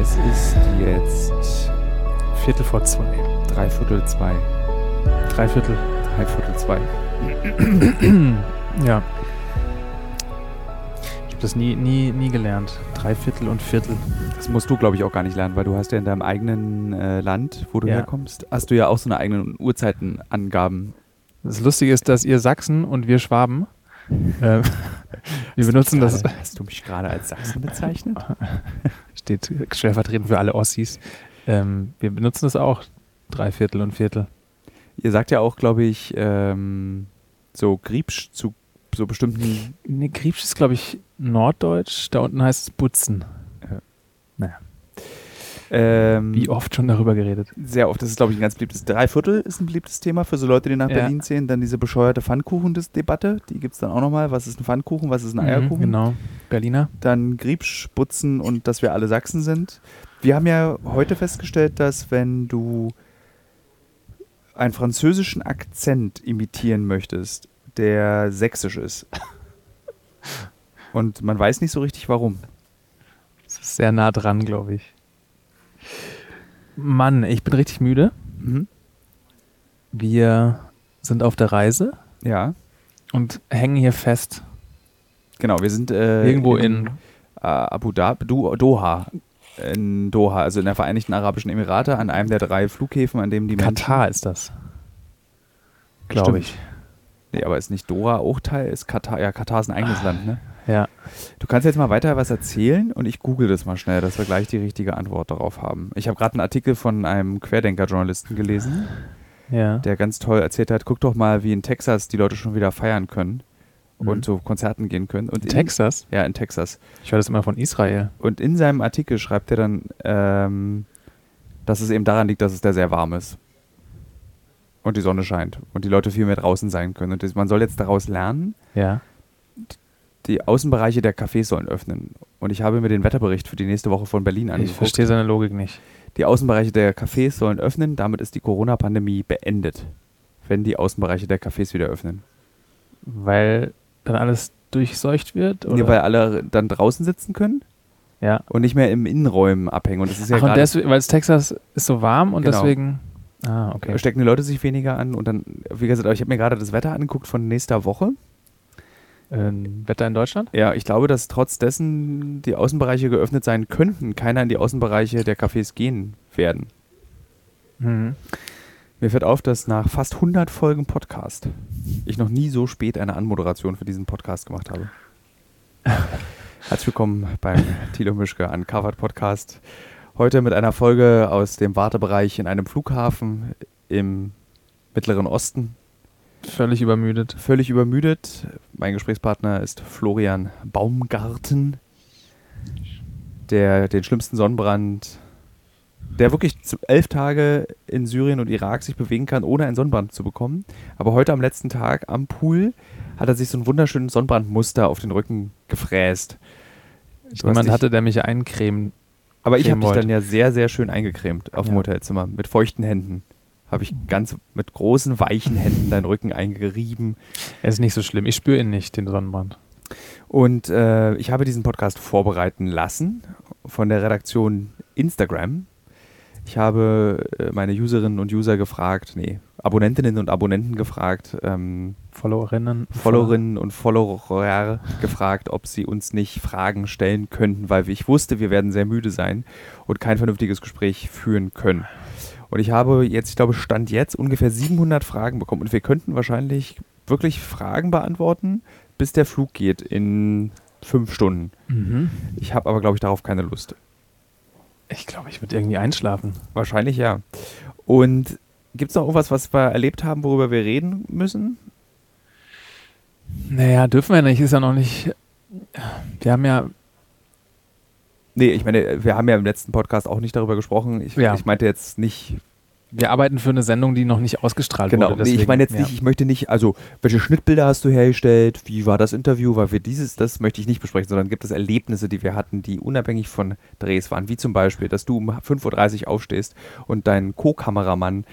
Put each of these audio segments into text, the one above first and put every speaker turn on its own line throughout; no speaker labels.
Es ist jetzt Viertel vor zwei. Dreiviertel zwei. Dreiviertel, dreiviertel zwei. ja. Ich habe das nie, nie, nie gelernt. Dreiviertel und Viertel.
Das musst du, glaube ich, auch gar nicht lernen, weil du hast ja in deinem eigenen äh, Land, wo du
Ja.
herkommst, hast du ja auch so eine eigenen Uhrzeitenangaben.
Das Lustige ist, dass ihr Sachsen und wir Schwaben, äh, wir benutzen das,
Gerade- Äh, Hast du mich gerade als Sachsen bezeichnet?
steht stellvertretend für alle Ossis, ähm, wir benutzen das auch. Dreiviertel und Viertel.
Ihr sagt ja auch, glaube ich, ähm, so Griebsch zu so bestimmten.
Ne, Griebsch ist, glaube ich, Norddeutsch. Da unten heißt es Butzen.
Ähm,
Wie oft schon darüber geredet.
Sehr oft. Das ist, glaube ich, ein ganz beliebtes. Dreiviertel ist ein beliebtes Thema für so Leute, die nach
Ja.
Berlin ziehen. Dann diese bescheuerte Pfannkuchen-Debatte. Die gibt es dann auch nochmal. Was ist ein Pfannkuchen? Was ist ein Eierkuchen?
genau. Berliner.
Dann Griebsch, Butzen und dass wir alle Sachsen sind. Wir haben ja heute festgestellt, dass wenn du einen französischen Akzent imitieren möchtest, der sächsisch ist. Und man weiß nicht so richtig warum.
Das ist sehr nah dran, glaube ich. Mann, ich bin richtig müde.
Mhm.
Wir sind auf der Reise
Ja,
und hängen hier fest.
genau. Wir sind äh,
Irgendwo in.
äh, Abu Dhabi, du, Doha. In Doha, also in der Vereinigten Arabischen Emirate, an einem der drei Flughäfen, an dem die
Katar ist das. Glaube ich.
Menschen. Nee, aber ist nicht Doha auch Teil? Ist Katar, ja, Katar ist ein eigenes
Ah,
Land, ne?
Ja.
Du kannst jetzt mal weiter was erzählen und ich google das mal schnell, dass wir gleich die richtige Antwort darauf haben. Ich habe gerade einen Artikel von einem Querdenker-Journalisten gelesen,
Ja.
der ganz toll erzählt hat: guck doch mal, wie in Texas die Leute schon wieder feiern können
Mhm.
und zu Konzerten gehen können. Und in-
Texas?
Ja, in Texas.
Ich höre das immer von Israel.
Und in seinem Artikel schreibt er dann, ähm, dass es eben daran liegt, dass es da sehr warm ist. Und die Sonne scheint. Und die Leute viel mehr draußen sein können. Und das- man soll jetzt daraus lernen,
Ja.
die Außenbereiche der Cafés sollen öffnen. Und ich habe mir den Wetterbericht für die nächste Woche von Berlin
Ich
angeguckt.
verstehe seine Logik nicht.
Die Außenbereiche der Cafés sollen öffnen. Damit ist die Corona-Pandemie beendet. Wenn die Außenbereiche der Cafés wieder öffnen.
Weil dann alles durchseucht wird? Oder?
Ja, weil alle dann draußen sitzen können
ja.
und nicht mehr im Innenräumen abhängen. Und das ist ja
Ach, und
gerade
deswegen, weil es Texas ist so warm und
Genau.
deswegen. Ah, okay.
stecken die Leute sich weniger an und dann, wie gesagt, ich habe mir gerade das Wetter angeguckt von nächster Woche.
Ähm, Wetter in Deutschland?
Ja, ich glaube, dass trotz dessen die Außenbereiche geöffnet sein könnten, keiner in die Außenbereiche der Cafés gehen werden.
Mhm.
Mir fällt auf, dass nach fast 100 Folgen Podcast ich noch nie so spät eine Anmoderation für diesen Podcast gemacht habe. Herzlich willkommen beim Thilo Mischke Uncovered Podcast. Heute mit einer Folge aus dem Wartebereich in einem Flughafen im Mittleren Osten.
Völlig übermüdet.
völlig übermüdet. Mein Gesprächspartner ist Florian Baumgarten, der den schlimmsten Sonnenbrand, der wirklich zu- elf Tage in Syrien und Irak sich bewegen kann, ohne einen Sonnenbrand zu bekommen. Aber heute am letzten Tag am Pool hat er sich so ein wunderschönes Sonnenbrandmuster auf den Rücken gefräst. hast
Niemand
dich-
hatte, der mich eincremen.
Aber ich habe mich
Cremewold.
dann ja sehr, sehr schön eingecremt auf dem
Ja.
Hotelzimmer mit feuchten Händen. Habe ich ganz mit großen, weichen Händen deinen Rücken eingerieben.
Er ist nicht so schlimm. Ich spüre ihn nicht, den Sonnenbrand.
Und äh, ich habe diesen Podcast vorbereiten lassen von der Redaktion Instagram. Ich habe äh, meine Userinnen und User gefragt, nee, Abonnentinnen und Abonnenten gefragt, ähm,
Followerinnen.
Followerinnen und Follower gefragt, ob sie uns nicht Fragen stellen könnten, weil ich wusste, wir werden sehr müde sein und kein vernünftiges Gespräch führen können. Und ich habe jetzt, ich glaube, Stand jetzt ungefähr 700 Fragen bekommen und wir könnten wahrscheinlich wirklich Fragen beantworten, bis der Flug geht in fünf Stunden.
Mhm.
Ich habe aber, glaube ich, darauf keine Lust.
Ich glaube, ich würde irgendwie einschlafen.
Wahrscheinlich ja. Und gibt es noch irgendwas, was wir erlebt haben, worüber wir reden müssen?
Naja, dürfen wir nicht. Ist ja noch nicht. Wir haben ja.
Nee, ich meine, wir haben ja im letzten Podcast auch nicht darüber gesprochen. Ich,
Ja.
ich meinte jetzt nicht.
Wir arbeiten für eine Sendung, die noch nicht ausgestrahlt wurde.
Genau, nee, ich
deswegen-
meine jetzt
ja.
nicht, ich möchte nicht, also, welche Schnittbilder hast du hergestellt? Wie war das Interview? Weil wir dieses, das möchte ich nicht besprechen, sondern gibt es Erlebnisse, die wir hatten, die unabhängig von Drehs waren. Wie zum Beispiel, dass du um 5.30 Uhr aufstehst und dein Co-Kameramann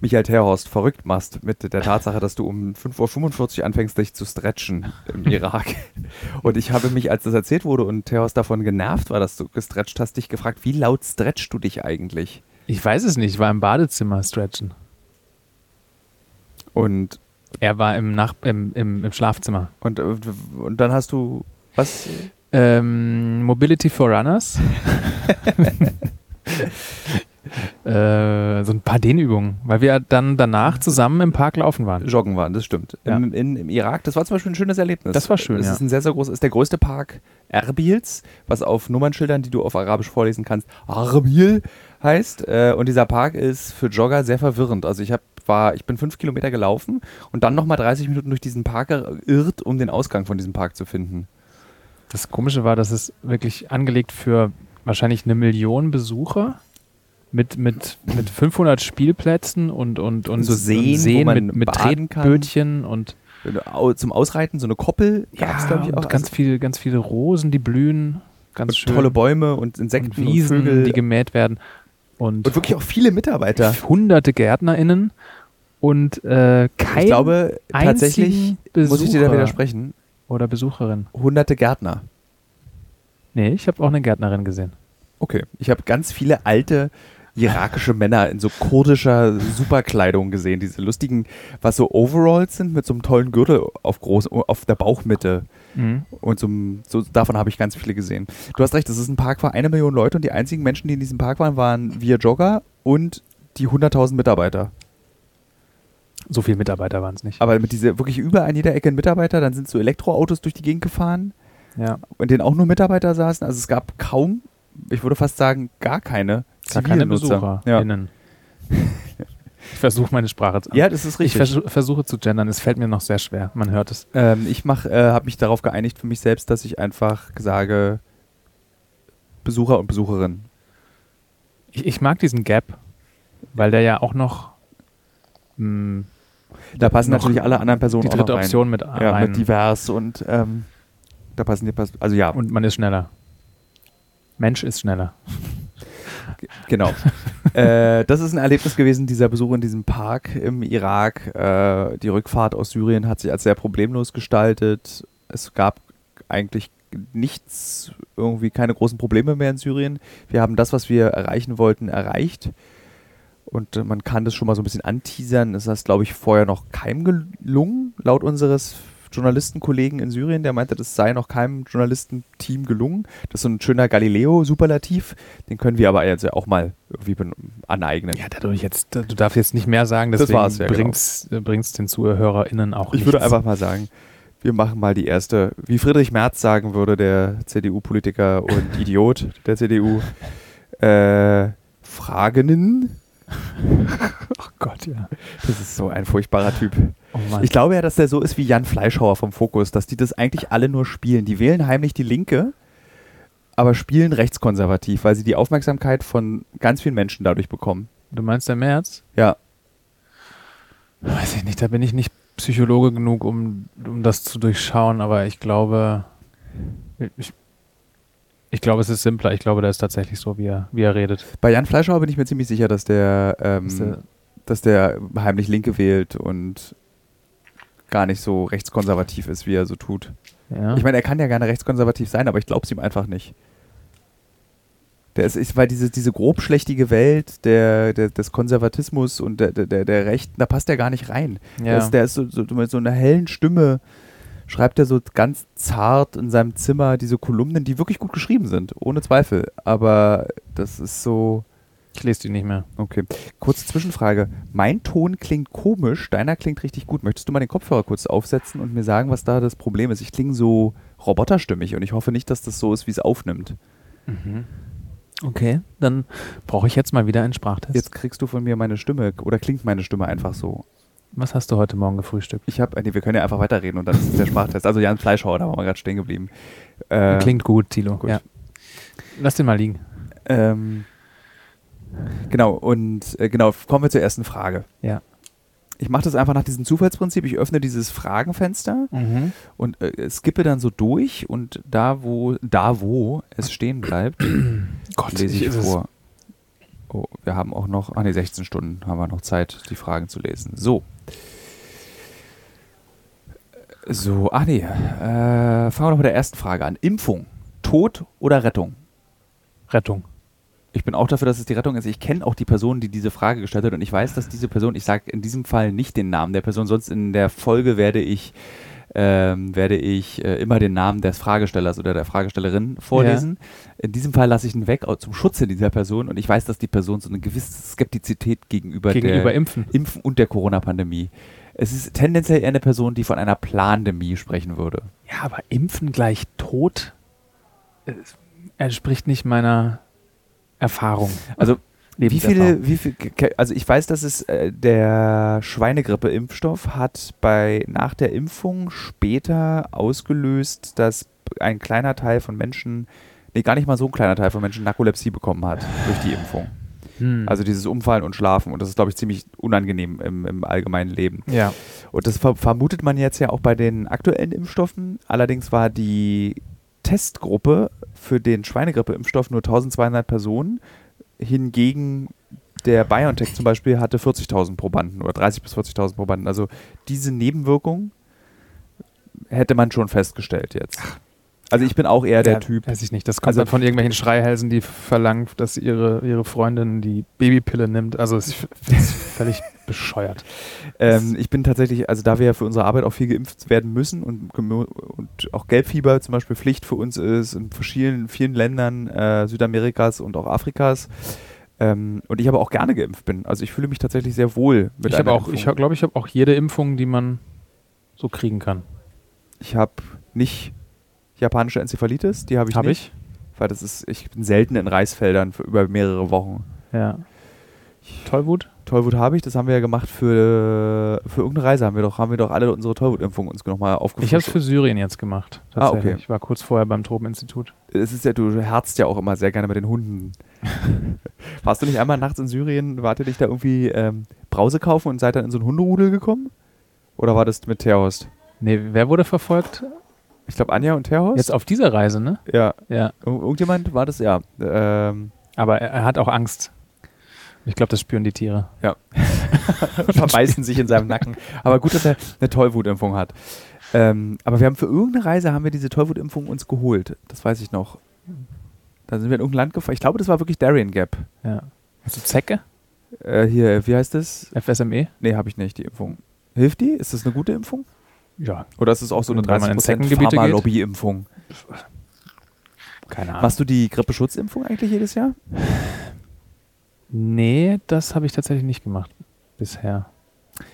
Michael Terhorst verrückt machst mit der Tatsache, dass du um 5.45 Uhr anfängst, dich zu stretchen im Irak. Und ich habe mich, als das erzählt wurde und Terhorst davon genervt war, dass du gestretcht hast, dich gefragt, wie laut stretchst du dich eigentlich?
Ich weiß es nicht, ich war im Badezimmer stretchen.
Und,
Er war im, Nach im, im, im Schlafzimmer.
und, und dann hast du, was?
Ähm, Mobility for Runners. äh, so ein paar Dehnübungen, weil wir dann danach zusammen im Park laufen waren.
Joggen waren, das stimmt.
Ja.
In, in, Im Irak, das war zum Beispiel ein schönes Erlebnis.
Das war schön,
Es
ja.
ist ein sehr, sehr groß, ist der größte Park Erbils, was auf Nummernschildern, die du auf Arabisch vorlesen kannst, Erbil heißt. Äh, und dieser Park ist für Jogger sehr verwirrend. Also ich hab, war, ich bin fünf Kilometer gelaufen und dann nochmal 30 Minuten durch diesen Park irrt, um den Ausgang von diesem Park zu finden.
Das Komische war, dass es wirklich angelegt für wahrscheinlich eine Million Besucher mit, mit, mit 500 Spielplätzen und, und, und
So
und
Seen, wo
Seen
man
mit, mit
baden kann.
Tretbötchen und,
Au- Zum Ausreiten, so eine Koppel gab's,
ja,
glaub ich,
und
auch.
ganz, viel, ganz viele Rosen, die blühen. Ganz
also,
schön.
tolle Bäume und
und
Insekten und,
Wiesen,
Vögel.
die gemäht werden. Und,
und wirklich auch viele Mitarbeiter.
hunderte GärtnerInnen und äh, kein
Ich glaube, tatsächlich
einzigen Besucher
muss ich dir da widersprechen.
oder Besucherin.
Hunderte Gärtner.
Nee, ich habe auch eine Gärtnerin gesehen.
Okay. Ich habe ganz viele alte irakische Männer in so kurdischer Superkleidung gesehen. Diese lustigen, was so Overalls sind mit so einem tollen Gürtel auf, groß, auf der Bauchmitte. Und so, einem- so davon habe ich ganz viele gesehen. Du hast recht, es ist ein Park für eine Million Leute und die einzigen Menschen, die in diesem Park waren, waren wir Jogger und die 100.000 Mitarbeiter.
So viele Mitarbeiter waren es nicht.
Aber mit diese wirklich überall an jeder Ecke ein Mitarbeiter, dann sind so Elektroautos durch die Gegend gefahren.
Ja.
in denen auch nur Mitarbeiter saßen. Also es gab kaum, ich würde fast sagen, gar keine
Gar keine
Zivilnutzer. Ja.
BesucherInnen. ich versuche meine Sprache zu.
ja, das ist
ich
richtig. Ich,
versuch- versuche zu gendern. Es fällt mir noch sehr schwer. Man hört es.
ähm, ich mach, äh, habe mich darauf geeinigt für mich selbst, dass ich einfach sage Besucher und Besucherin.
Ich, ich mag diesen Gap, weil der ja auch noch mh,
Da passen
Noch
natürlich alle anderen Personen
die
auch noch
dritte
rein.
Option mit
Ja,
rein.
mit divers und ähm, da passen die pass also ja,
Und man ist schneller. Mensch ist schneller.
genau. äh, das ist ein Erlebnis gewesen, dieser Besuch in diesem Park im Irak. Äh, die Rückfahrt aus Syrien hat sich als sehr problemlos gestaltet. Es gab eigentlich nichts, irgendwie keine großen Probleme mehr in Syrien. Wir haben das, was wir erreichen wollten, erreicht. Und äh, man kann das schon mal so ein bisschen anteasern. Es ist das, glaube ich, vorher noch keinem gelungen, laut unseres Journalistenkollegen in Syrien, der meinte, das sei noch keinem Journalistenteam gelungen. Das ist so ein schöner Galileo-Superlativ. Den können wir aber jetzt auch mal irgendwie ben- aneignen.
Ja, dadurch jetzt, du darfst jetzt nicht mehr sagen,
Das
deswegen
war's, ja, genau.
bringt's, äh, bringt's den ZuhörerInnen auch
ich
nichts.
würde einfach mal sagen, wir machen mal die erste, wie Friedrich Merz sagen würde, der CDU-Politiker und Idiot der CDU, äh, Fragenen.
Oh Gott, ja.
Das ist so ein furchtbarer Typ.
Oh Mann.
Ich glaube ja, dass der so ist wie Jan Fleischhauer vom Fokus, dass die das eigentlich alle nur spielen. Die wählen heimlich die Linke, aber spielen rechtskonservativ, weil sie die Aufmerksamkeit von ganz vielen Menschen dadurch bekommen.
du meinst der März?
Ja,
Weiß ich nicht, da bin ich nicht Psychologe genug, um, um das zu durchschauen, aber ich glaube, ich, ich glaube, es ist simpler. Ich glaube, der ist tatsächlich so, wie er, wie er redet.
bei Jan Fleischhauer bin ich mir ziemlich sicher, dass der, ähm,
Dass der-
dass der heimlich Linke wählt und gar nicht so rechtskonservativ ist, wie er so tut.
Ja.
Ich meine, er kann ja gerne rechtskonservativ sein, aber ich glaube es ihm einfach nicht. Der ist, ist weil diese, diese grobschlächtige Welt der, der, des Konservatismus und der, der, der- der Rechten, da passt er gar nicht rein. Der
ja.
ist, der ist so, so, mit so einer hellen Stimme, schreibt er so ganz zart in seinem Zimmer diese Kolumnen, die wirklich gut geschrieben sind, ohne Zweifel. Aber das ist so.
ich lese die nicht mehr.
Okay. Kurze Zwischenfrage. Mein Ton klingt komisch, deiner klingt richtig gut. Möchtest du mal den Kopfhörer kurz aufsetzen und mir sagen, was da das Problem ist? Ich klinge so roboterstimmig und ich hoffe nicht, dass das so ist, wie es aufnimmt. Mhm.
Okay, dann brauche ich jetzt mal wieder einen Sprachtest.
Jetzt kriegst du von mir meine Stimme oder klingt meine Stimme einfach so.
Was hast du heute Morgen gefrühstückt?
Ich habe, nee, wir können ja einfach weiterreden und dann ist es der Sprachtest. Also Jan Fleischhauer, da waren wir gerade stehen geblieben. Äh,
Klingt gut, Tilo.
gut.
Ja. Lass den mal liegen.
Ähm, genau, und äh, genau, kommen wir zur ersten Frage.
Ja.
Ich mache das einfach nach diesem Zufallsprinzip. Ich öffne dieses Fragenfenster und äh, skippe dann so durch und da wo da wo es stehen bleibt,
Gott,
lese ich
ist es-
vor. So, wir haben auch noch, ah ne, 16 Stunden haben wir noch Zeit, die Fragen zu lesen. So. So, ach nee, äh, fangen wir doch mit der ersten Frage an. Impfung, Tod oder Rettung?
Rettung.
Ich bin auch dafür, dass es die Rettung ist. Ich kenne auch die Person, die diese Frage gestellt hat und ich weiß, dass diese Person, ich sage in diesem Fall nicht den Namen der Person, sonst in der Folge werde ich, ähm, werde ich äh, immer den Namen des Fragestellers oder der Fragestellerin vorlesen. In diesem Fall lasse ich ihn weg au- zum Schutze dieser Person und ich weiß, dass die Person so eine gewisse Skeptizität gegenüber,
Gegenüber
der
Impfen.
Impfen und der Corona-Pandemie. Es ist tendenziell eher eine Person, die von einer Plandemie sprechen würde.
Ja, aber Impfen gleich tot äh, entspricht nicht meiner Erfahrung.
Also, Wie
Lebenserfahrung.
viele, wie viel, ke- also ich weiß, dass es äh, der Schweinegrippe-Impfstoff hat bei nach der Impfung später ausgelöst, dass ein kleiner Teil von Menschen, nee, gar nicht mal so ein kleiner Teil von Menschen Narkolepsie bekommen hat durch die Impfung.
Hm.
Also dieses Umfallen und Schlafen und das ist, glaube ich, ziemlich unangenehm im, im allgemeinen Leben.
ja.
Und das ver vermutet man jetzt ja auch bei den aktuellen Impfstoffen. Allerdings war die Testgruppe für den Schweinegrippe-Impfstoff nur 1200 Personen. Hingegen der BioNTech zum Beispiel hatte 40.000 Probanden oder 30.000 bis 40.000 Probanden. Also diese Nebenwirkung hätte man schon festgestellt jetzt. Also ich bin auch eher der
Ja,
Typ.
Weiß ich nicht. Das kommt
Also-
dann von irgendwelchen Schreihälsen, die verlangt, dass ihre, ihre Freundin die Babypille nimmt. Also es ist das ist völlig bescheuert.
Ähm, ich bin tatsächlich, also da wir ja für unsere Arbeit auch viel geimpft werden müssen und, gemo- und auch Gelbfieber zum Beispiel Pflicht für uns ist in verschiedenen, vielen Ländern äh, Südamerikas und auch Afrikas. Ähm, und ich aber auch gerne geimpft bin. Also ich fühle mich tatsächlich sehr wohl mit
ich habe
einer
auch,
Impfung.
ich glaube, ich habe auch jede Impfung, die man so kriegen kann.
ich habe nicht japanische Enzephalitis, die habe ich
Habe
nicht.
ich?
Weil das ist, ich bin selten in Reisfeldern für über mehrere Wochen.
Ja. Tollwut?
Tollwut habe ich, das haben wir ja gemacht für, für irgendeine Reise, haben wir doch, haben wir doch alle unsere Tollwutimpfung uns nochmal
Ich habe
aufgefrischt.
es für Syrien jetzt gemacht.
Ah, okay.
tatsächlich. Ich war kurz vorher beim Tropeninstitut.
es ist ja, du herzt ja auch immer sehr gerne mit den Hunden. Warst du nicht einmal nachts in Syrien, wart ihr nicht da irgendwie ähm, Brause kaufen und seid dann in so ein Hunderudel gekommen? Oder war das mit Terhorst?
Nee, wer wurde verfolgt?
Ich glaube, Anja und Terhorst?
Jetzt auf dieser Reise, ne?
Ja,
Ja.
ir- irgendjemand war das, ja. Ähm,
Aber er, er hat auch Angst. Ich glaube, das spüren die Tiere.
verbeißen sich in seinem Nacken. Aber gut, dass er eine Tollwutimpfung hat. Ähm, aber wir haben für irgendeine Reise haben wir diese Tollwutimpfung uns geholt. Das weiß ich noch. Da sind wir in irgendein Land gefahren. Ich glaube, das war wirklich Darien Gap.
Ja. Hast du Zecke?
Äh, hier, wie heißt das?
FSME?
Nee, habe ich nicht, die Impfung. Hilft die? Ist das eine gute Impfung?
Ja.
Oder ist es auch so eine
Wenn man in
30%
Zeckengebiete geht?
Pharma-Lobby-Impfung?
Keine Ahnung.
Machst du die Grippeschutzimpfung eigentlich jedes Jahr?
Nee, das habe ich tatsächlich nicht gemacht bisher.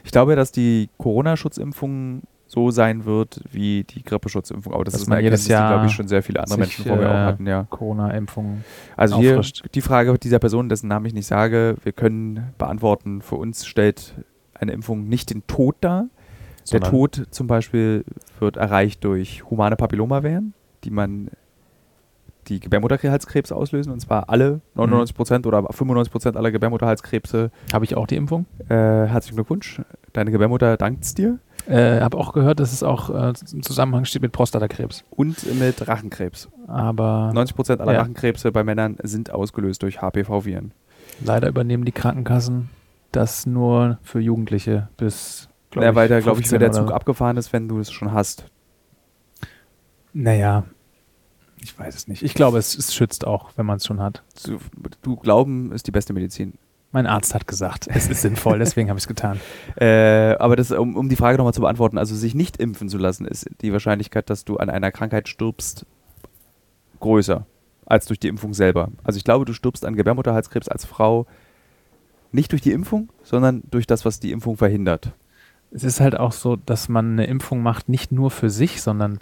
Ich glaube, dass die Corona-Schutzimpfung so sein wird wie die Grippeschutzimpfung. Aber das
Dass
ist eine
man jedes
Erkenntnis, die,
Jahr
glaube ich, schon sehr viele andere
sich,
Menschen vor mir
äh,
auch hatten, ja.
Corona-Impfungen.
Also hier
auffrischt.
die Frage dieser Person, dessen Namen ich nicht sage, wir können beantworten, für uns stellt eine Impfung nicht den Tod dar. Der
sondern-
Tod zum Beispiel wird erreicht durch humane Papillomaviren, die man die Gebärmutterhalskrebs auslösen, und zwar alle 99% oder 95% aller Gebärmutterhalskrebse.
Habe ich auch die Impfung?
Äh, herzlichen Glückwunsch, deine Gebärmutter dankt's dir.
Äh, habe auch gehört, dass es auch äh, im Zusammenhang steht mit Prostatakrebs.
Und mit Rachenkrebs.
Aber
90% aller
Ja.
Rachenkrebse bei Männern sind ausgelöst durch HPV-Viren.
leider übernehmen die Krankenkassen das nur für Jugendliche bis, glaub
Ja, weil da, glaube ich, wenn
15
der
oder
Zug
so.
abgefahren ist, wenn du es schon hast.
Naja, ich weiß es nicht. Ich glaube, es, es schützt auch, wenn man es schon hat.
Du, du glauben ist die beste Medizin.
Mein Arzt hat gesagt, es ist sinnvoll, deswegen habe ich es getan.
Äh, aber das, um, um die Frage nochmal zu beantworten, also sich nicht impfen zu lassen, ist die Wahrscheinlichkeit, dass du an einer Krankheit stirbst, größer als durch die Impfung selber. Also ich glaube, du stirbst an Gebärmutterhalskrebs als Frau nicht durch die Impfung, sondern durch das, was die Impfung verhindert.
Es ist halt auch so, dass man eine Impfung macht, nicht nur für sich, sondern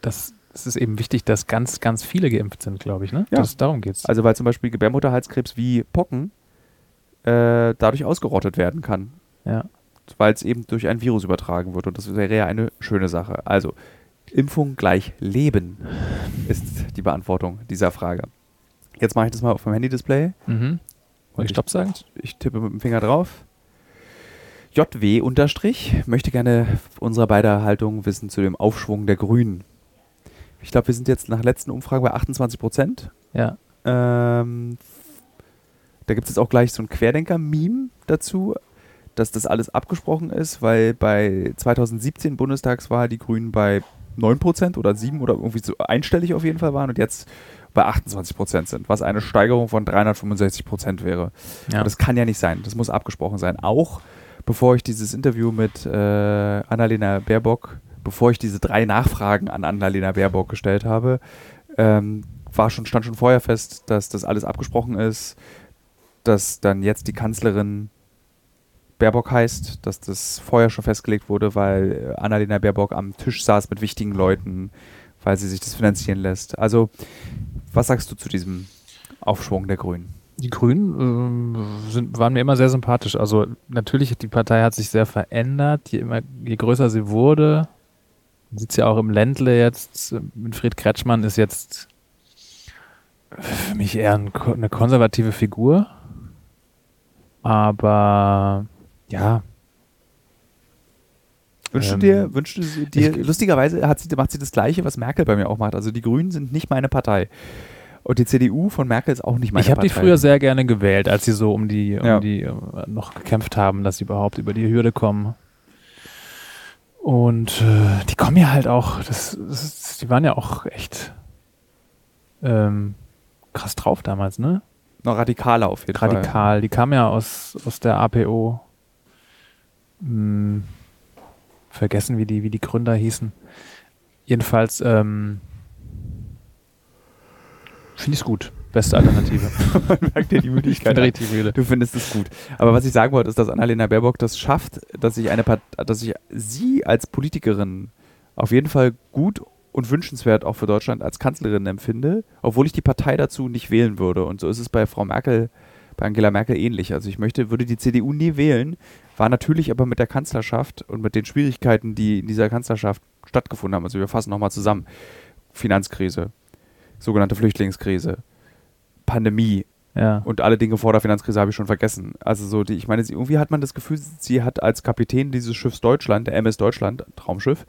das, es ist eben wichtig, dass ganz, ganz viele geimpft sind, glaube ich. Ne?
Ja.
Das, darum geht es.
Also weil zum Beispiel Gebärmutterhalskrebs wie Pocken äh, dadurch ausgerottet werden kann.
Ja.
Weil es eben durch ein Virus übertragen wird. Und das wäre ja eine schöne Sache. Also Impfung gleich Leben ist die Beantwortung dieser Frage. Jetzt mache ich das mal auf dem Handy-Display.
Mhm. Wollte ich Stopp sagen?
Ich tippe mit dem Finger drauf. JW unterstrich möchte gerne unsere beider Haltung wissen zu dem Aufschwung der Grünen. Ich glaube, wir sind jetzt nach letzten Umfragen bei 28 Prozent.
Ja.
Ähm, Da gibt es jetzt auch gleich so ein Querdenker-Meme dazu, dass das alles abgesprochen ist, weil bei 2017 Bundestagswahl die Grünen bei 9% oder 7% oder irgendwie so einstellig auf jeden Fall waren und jetzt bei 28% sind, was eine Steigerung von 365% wäre.
Ja.
Und Das kann ja nicht sein, das muss abgesprochen sein. Auch bevor ich dieses Interview mit äh, Annalena Baerbock, bevor ich diese drei Nachfragen an Annalena Baerbock gestellt habe, ähm, war schon, stand schon vorher fest, dass das alles abgesprochen ist, dass dann jetzt die Kanzlerin Baerbock heißt, dass das vorher schon festgelegt wurde, weil äh, Annalena Baerbock am Tisch saß mit wichtigen Leuten, weil sie sich das finanzieren lässt. Also, was sagst du zu diesem Aufschwung der Grünen?
Die Grünen ähm, sind, waren mir immer sehr sympathisch. Also natürlich, die Partei hat sich sehr verändert. Je, immer, je größer sie wurde, man sieht es ja auch im Ländle jetzt, äh, mit Fred Kretschmann ist jetzt für mich eher ein, ko- eine konservative Figur. Aber ja,
Wünschst du
Ähm,
dir, wünschst du sie dir,
ich-
lustigerweise hat sie, macht sie das Gleiche, was Merkel bei mir auch macht. Also, die Grünen sind nicht meine Partei. Und die CDU von Merkel ist auch nicht meine
ich habe
Partei.
die früher sehr gerne gewählt, als sie so um die, um
Ja.
die äh, noch gekämpft haben, dass sie überhaupt über die Hürde kommen. Und äh, die kommen ja halt auch, das, das, ist- die waren ja auch echt ähm, krass drauf damals, ne?
Noch radikaler auf jeden Fall.
Radikal. Die kamen ja aus, aus der APO. Hm, vergessen, wie die, wie die Gründer hießen. Jedenfalls ähm, finde ich es gut. Beste Alternative.
Man merkt dir die Müdigkeit. an.
richtig müde.
Du findest es gut. Aber was ich sagen wollte, ist, dass Annalena Baerbock das schafft, dass ich eine Part dass ich sie als Politikerin auf jeden Fall gut und wünschenswert auch für Deutschland als Kanzlerin empfinde, obwohl ich die Partei dazu nicht wählen würde. Und so ist es bei Frau Merkel, bei Angela Merkel ähnlich. Also ich möchte, würde die CDU nie wählen, war natürlich aber mit der Kanzlerschaft und mit den Schwierigkeiten, die in dieser Kanzlerschaft stattgefunden haben. Also wir fassen nochmal zusammen. Finanzkrise, sogenannte Flüchtlingskrise, Pandemie,
Ja.
und alle Dinge vor der Finanzkrise habe ich schon vergessen. Also so, die, ich meine, sie, irgendwie hat man das Gefühl, sie hat als Kapitän dieses Schiffs Deutschland, der MS Deutschland, Traumschiff,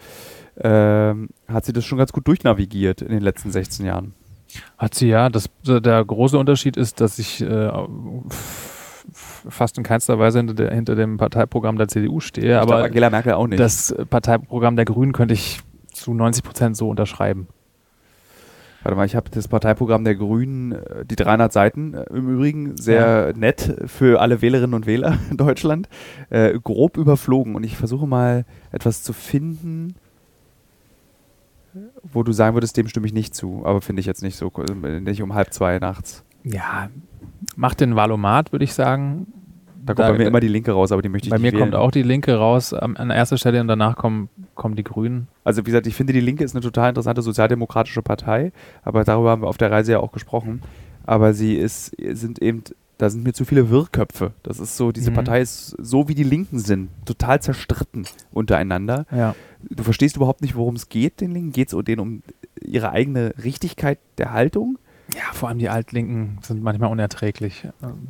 ähm, hat sie das schon ganz gut durchnavigiert in den letzten 16 Jahren.
Hat sie ja. Das, der große Unterschied ist, dass ich äh, f- f- fast in keinster Weise hinter, der, hinter dem Parteiprogramm der CDU stehe,
Ich glaube,
aber
Angela Merkel auch nicht.
das Parteiprogramm der Grünen könnte ich zu 90 Prozent so unterschreiben.
Warte mal, ich habe das Parteiprogramm der Grünen, äh, die 300 Seiten, äh, im Übrigen sehr nett für alle Wählerinnen und Wähler in Deutschland, äh, grob überflogen. Und ich versuche mal etwas zu finden, wo du sagen würdest, dem stimme ich nicht zu. Aber finde ich jetzt nicht so, äh, nicht um halb zwei nachts.
Ja, macht den Valomat, würde ich sagen.
Da kommt bei mir immer die Linke raus, aber die möchte ich
bei mir
nicht
kommt
wählen.
auch die Linke raus am- an erster Stelle und danach kommen, kommen die Grünen.
Also wie gesagt, ich finde, die Linke ist eine total interessante sozialdemokratische Partei, aber darüber haben wir auf der Reise ja auch gesprochen. Aber sie ist, sind eben, da sind mir zu viele Wirrköpfe. Das ist so, diese
Mhm.
Partei ist so wie die Linken sind, total zerstritten untereinander.
Ja.
Du verstehst überhaupt nicht, worum es geht, den Linken. Geht es denen um ihre eigene Richtigkeit der Haltung?
Ja, vor allem die Altlinken sind manchmal unerträglich. Ähm,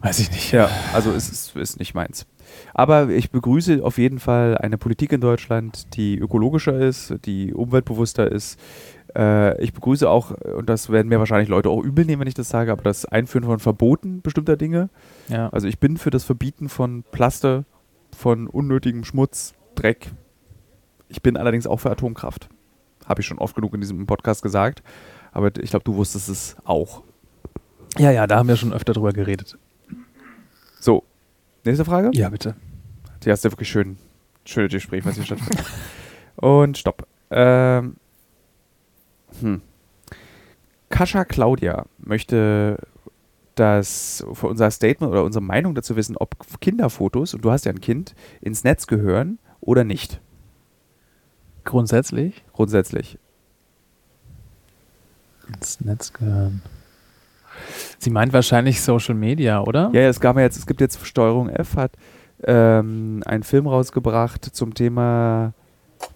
Weiß ich nicht.
Ja, also es ist, ist nicht meins. Aber ich begrüße auf jeden Fall eine Politik in Deutschland, die ökologischer ist, die umweltbewusster ist. Äh, ich begrüße auch, und das werden mir wahrscheinlich Leute auch übel nehmen, wenn ich das sage, aber das Einführen von Verboten bestimmter Dinge.
Ja.
Also ich bin für das Verbieten von Plaste, von unnötigem Schmutz, Dreck. Ich bin allerdings auch für Atomkraft. Habe ich schon oft genug in diesem Podcast gesagt. Aber ich glaube, du wusstest es auch.
ja, ja, da haben wir schon öfter drüber geredet.
So, nächste Frage.
Ja, bitte.
Die hast du wirklich schön, schönes Gespräch, was hier stattfindet. Und stopp. Ähm, hm. Kascha Claudia möchte das für unser Statement oder unsere Meinung dazu wissen, ob Kinderfotos, und du hast ja ein Kind, ins Netz gehören oder nicht,
Grundsätzlich
grundsätzlich.
ins Netz gehören. Sie meint wahrscheinlich Social Media, oder?
Ja, ja, es gab ja jetzt, es gibt jetzt Steuerung F hat ähm, einen Film rausgebracht zum Thema,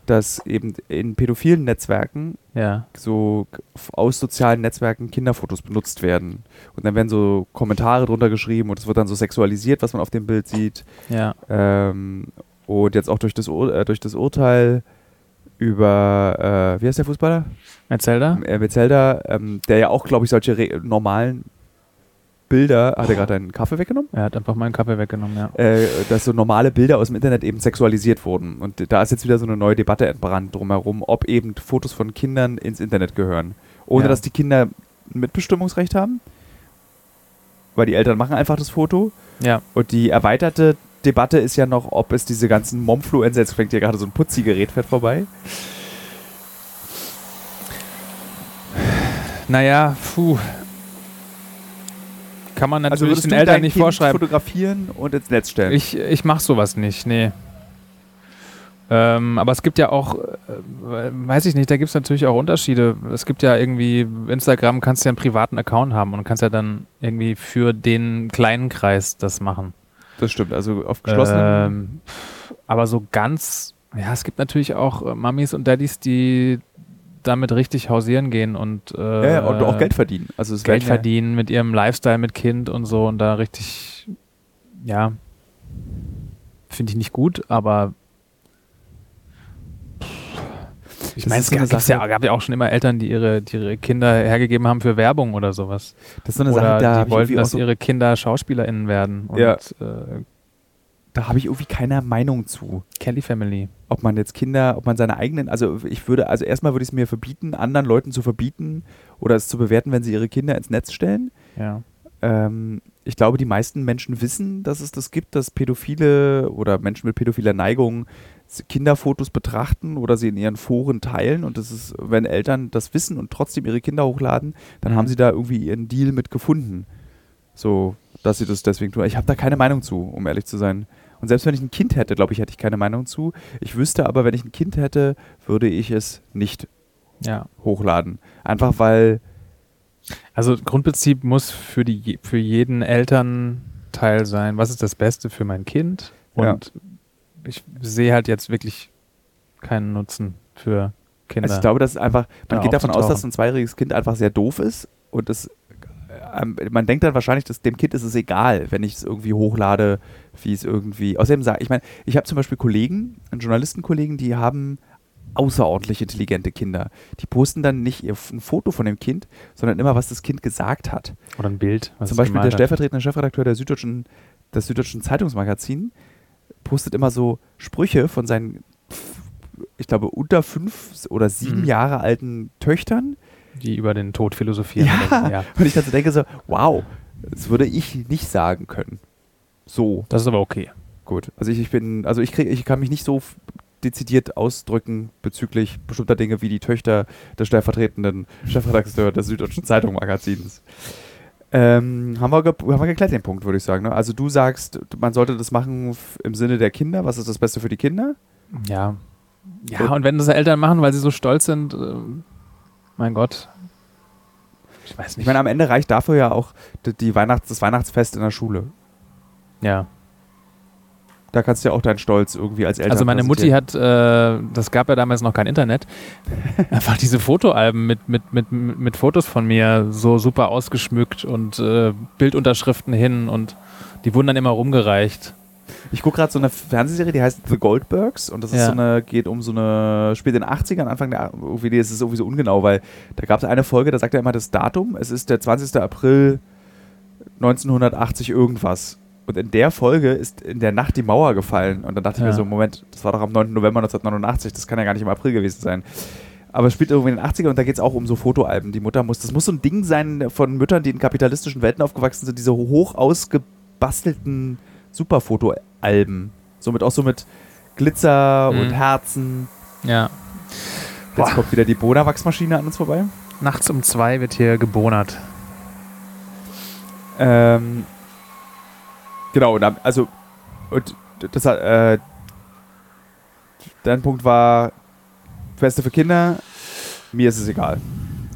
dass eben in pädophilen Netzwerken
Ja.
so k- f- aus sozialen Netzwerken Kinderfotos benutzt werden. Und dann werden so Kommentare drunter geschrieben und es wird dann so sexualisiert, was man auf dem Bild sieht.
Ja.
Ähm, und jetzt auch durch das, Ur äh, durch das Urteil über, äh, wie heißt der Fußballer?
Erzähl da.
ähm, Äh, Metzelder, ähm, der ja auch, glaube ich, solche re normalen Bilder, hat er gerade einen Kaffee weggenommen?
Er hat einfach meinen Kaffee weggenommen, ja.
Äh, dass so normale Bilder aus dem Internet eben sexualisiert wurden. Und da ist jetzt wieder so eine neue Debatte entbrannt drumherum, ob eben Fotos von Kindern ins Internet gehören. Ohne
Ja.
dass die Kinder ein Mitbestimmungsrecht haben. Weil die Eltern machen einfach das Foto.
Ja,
Und die erweiterte Debatte ist ja noch, ob es diese ganzen Momfluencer, jetzt fängt ja gerade so ein Putzigerät fährt vorbei.
naja, puh. Kann man natürlich
Also würdest
den
du
Eltern
dein
nicht
Kind
vorschreiben.
fotografieren und ins Netz stellen.
Ich, ich mache sowas nicht, nee. Ähm, aber es gibt ja auch, äh, weiß ich nicht, da gibt es natürlich auch Unterschiede. Es gibt ja irgendwie, Instagram kannst du ja einen privaten Account haben und kannst ja dann irgendwie für den kleinen Kreis das machen.
das stimmt, also auf geschlossenen
Ähm, aber so ganz, ja, es gibt natürlich auch äh, Mamis und Daddys, die damit richtig hausieren gehen und, äh,
Ähm, ja, ja, und auch Geld verdienen. Also es werden
Geld
ja-
verdienen mit ihrem Lifestyle, mit Kind und so und da richtig, ja, finde ich nicht gut, aber ich
Das
meine,
ist
es
so eine
gab ja,
Sache-
gab ja auch schon immer Eltern, die ihre, die ihre Kinder hergegeben haben für Werbung oder sowas.
Das ist so eine
Oder
Sache, da habe
die
ich,
wollten,
irgendwie auch
dass
so,
ihre Kinder SchauspielerInnen werden. Und
Ja.
äh,
da hab ich irgendwie keiner Meinung zu.
Kelly Family.
Ob man jetzt Kinder, ob man seine eigenen, also ich würde, also erstmal würde ich es mir verbieten, anderen Leuten zu verbieten oder es zu bewerten, wenn sie ihre Kinder ins Netz stellen.
Ja.
Ähm, ich glaube, die meisten Menschen wissen, dass es das gibt, dass Pädophile oder Menschen mit pädophiler Neigung s- Kinderfotos betrachten oder sie in ihren Foren teilen. Und das ist, wenn Eltern das wissen und trotzdem ihre Kinder hochladen, dann
Mhm.
haben sie da irgendwie ihren Deal mit gefunden. So, dass sie das deswegen tun. Ich habe da keine Meinung zu, um ehrlich zu sein. Und selbst wenn ich ein Kind hätte, glaube ich, hätte ich keine Meinung zu. Ich wüsste aber, wenn ich ein Kind hätte, würde ich es nicht
Ja.
hochladen. Einfach weil
Also Grundprinzip muss für, die, für jeden Elternteil sein, was ist das Beste für mein Kind?
Ja.
Und ich sehe halt jetzt wirklich keinen Nutzen für Kinder.
Also ich glaube, das ist einfach, man
Da
geht davon aus,
aufzutauchen.
dass ein zweijähriges Kind einfach sehr doof ist und das, ähm, man denkt dann wahrscheinlich, dass dem Kind ist es egal, wenn ich es irgendwie hochlade, wie es irgendwie. Außerdem sage ich meine, ich habe zum Beispiel Kollegen, einen Journalistenkollegen, die haben außerordentlich intelligente Kinder. Die posten dann nicht ihr, ein Foto von dem Kind, sondern immer, was das Kind gesagt hat.
Oder ein Bild. was
Zum
es
Beispiel der
gemalt hat.
stellvertretende Chefredakteur der Süddeutschen, des Süddeutschen Zeitungsmagazin postet immer so Sprüche von seinen, ich glaube, unter fünf oder sieben
Mhm.
Jahre alten Töchtern.
Die über den Tod philosophieren.
Ja.
Also, ja.
Und ich dazu denke so, wow, das würde ich nicht sagen können. So
Das ist aber okay.
gut. Also ich, ich bin, also ich kriege, ich kann mich nicht so f- dezidiert ausdrücken bezüglich bestimmter Dinge wie die Töchter des stellvertretenden Chefredakteurs des Süddeutschen Zeitung Magazins. Ähm, haben, wir ge- haben wir geklärt den Punkt, würde ich sagen. Ne? Also du sagst, man sollte das machen f- im Sinne der Kinder. Was ist das Beste für die Kinder?
Ja. Ja, und wenn das Eltern machen, weil sie so stolz sind, ähm, mein Gott. Ich weiß nicht.
Ich meine, am Ende reicht dafür ja auch die, die Weihnachts-, das Weihnachtsfest in der Schule.
ja.
Da kannst du ja auch deinen Stolz irgendwie als Eltern
Also meine Mutti hat, äh, das gab ja damals noch kein Internet, einfach diese Fotoalben mit, mit, mit, mit Fotos von mir so super ausgeschmückt und äh, Bildunterschriften hin und die wurden dann immer rumgereicht.
Ich gucke gerade so eine Fernsehserie, die heißt The Goldbergs und das ist
Ja.
so eine, geht um so eine spät in den 80ern, Anfang der irgendwie das ist sowieso ungenau, weil da gab es eine Folge, da sagt er immer das Datum, es ist der 20. April 1980 irgendwas. Und in der Folge ist in der Nacht die Mauer gefallen. Und dann dachte ich
Ja.
mir so, Moment, das war doch am 9. November 1989, das kann ja gar nicht im April gewesen sein. Aber es spielt irgendwie in den 80ern und da geht es auch um so Fotoalben. Die Mutter muss, das muss so ein Ding sein von Müttern, die in kapitalistischen Welten aufgewachsen sind, diese hoch ausgebastelten Superfotoalben. Somit auch so mit Glitzer
Mhm.
und Herzen.
Ja.
Jetzt kommt wieder die Bona-Wachsmaschine an uns vorbei.
Nachts um zwei wird hier gebonert.
Ähm, genau, und, am- also, und das hat, äh, dein Punkt war, Beste für Kinder, mir ist es egal.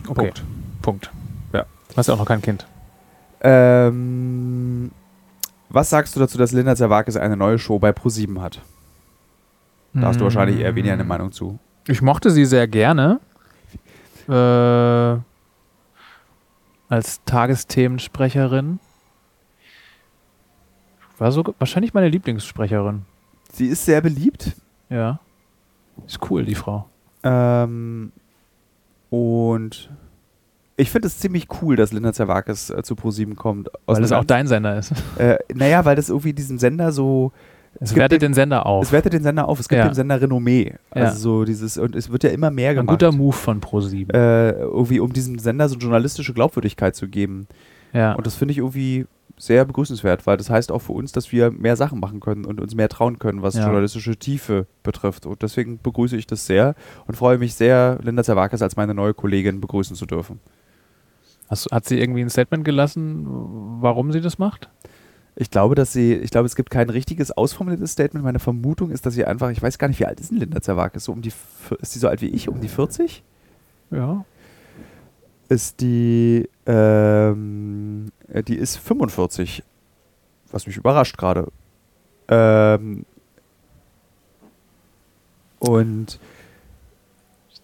Okay.
Punkt.
Punkt.
Ja.
Du hast ja auch noch kein Kind.
Ähm, was sagst du dazu, dass Linda Zerwakis eine neue Show bei ProSieben hat? Da
Mhm. Mm.
hast du wahrscheinlich eher weniger eine Meinung zu.
Ich mochte sie sehr gerne. Äh, als Tagesthemensprecherin. War so wahrscheinlich meine Lieblingssprecherin.
Sie ist sehr beliebt.
Ja. Ist cool, die Frau.
Ähm, und Ich finde es ziemlich cool, dass Linda Zerwakis äh, zu Pro7 kommt. aus
Weil das
einem
auch dein Sender ist.
Äh, naja, weil das irgendwie diesem Sender so.
Es
gibt
wertet
dem,
den Sender auf.
es wertet den Sender auf. Es gibt
Ja.
dem Sender Renommee. Also
Ja.
so dieses, und es wird ja immer mehr
Ein
gemacht.
guter Move von Pro7.
äh, irgendwie, um diesem Sender so journalistische Glaubwürdigkeit zu geben.
ja.
Und das finde ich irgendwie sehr begrüßenswert, weil das heißt auch für uns, dass wir mehr Sachen machen können und uns mehr trauen können, was
Ja.
journalistische Tiefe betrifft. Und deswegen begrüße ich das sehr und freue mich sehr, Linda Zerwakis als meine neue Kollegin begrüßen zu dürfen.
Hast, hat sie irgendwie ein Statement gelassen, warum sie das macht?
Ich glaube, dass sie, ich glaube, es gibt kein richtiges ausformuliertes Statement. Meine Vermutung ist, dass sie einfach, ich weiß gar nicht, wie alt ist denn Linda Zerwakis? So um die, vier- ist sie so alt wie ich? Um die 40?
Ja.
ist die, ähm, äh, die ist 45. Was mich überrascht gerade. Ähm, und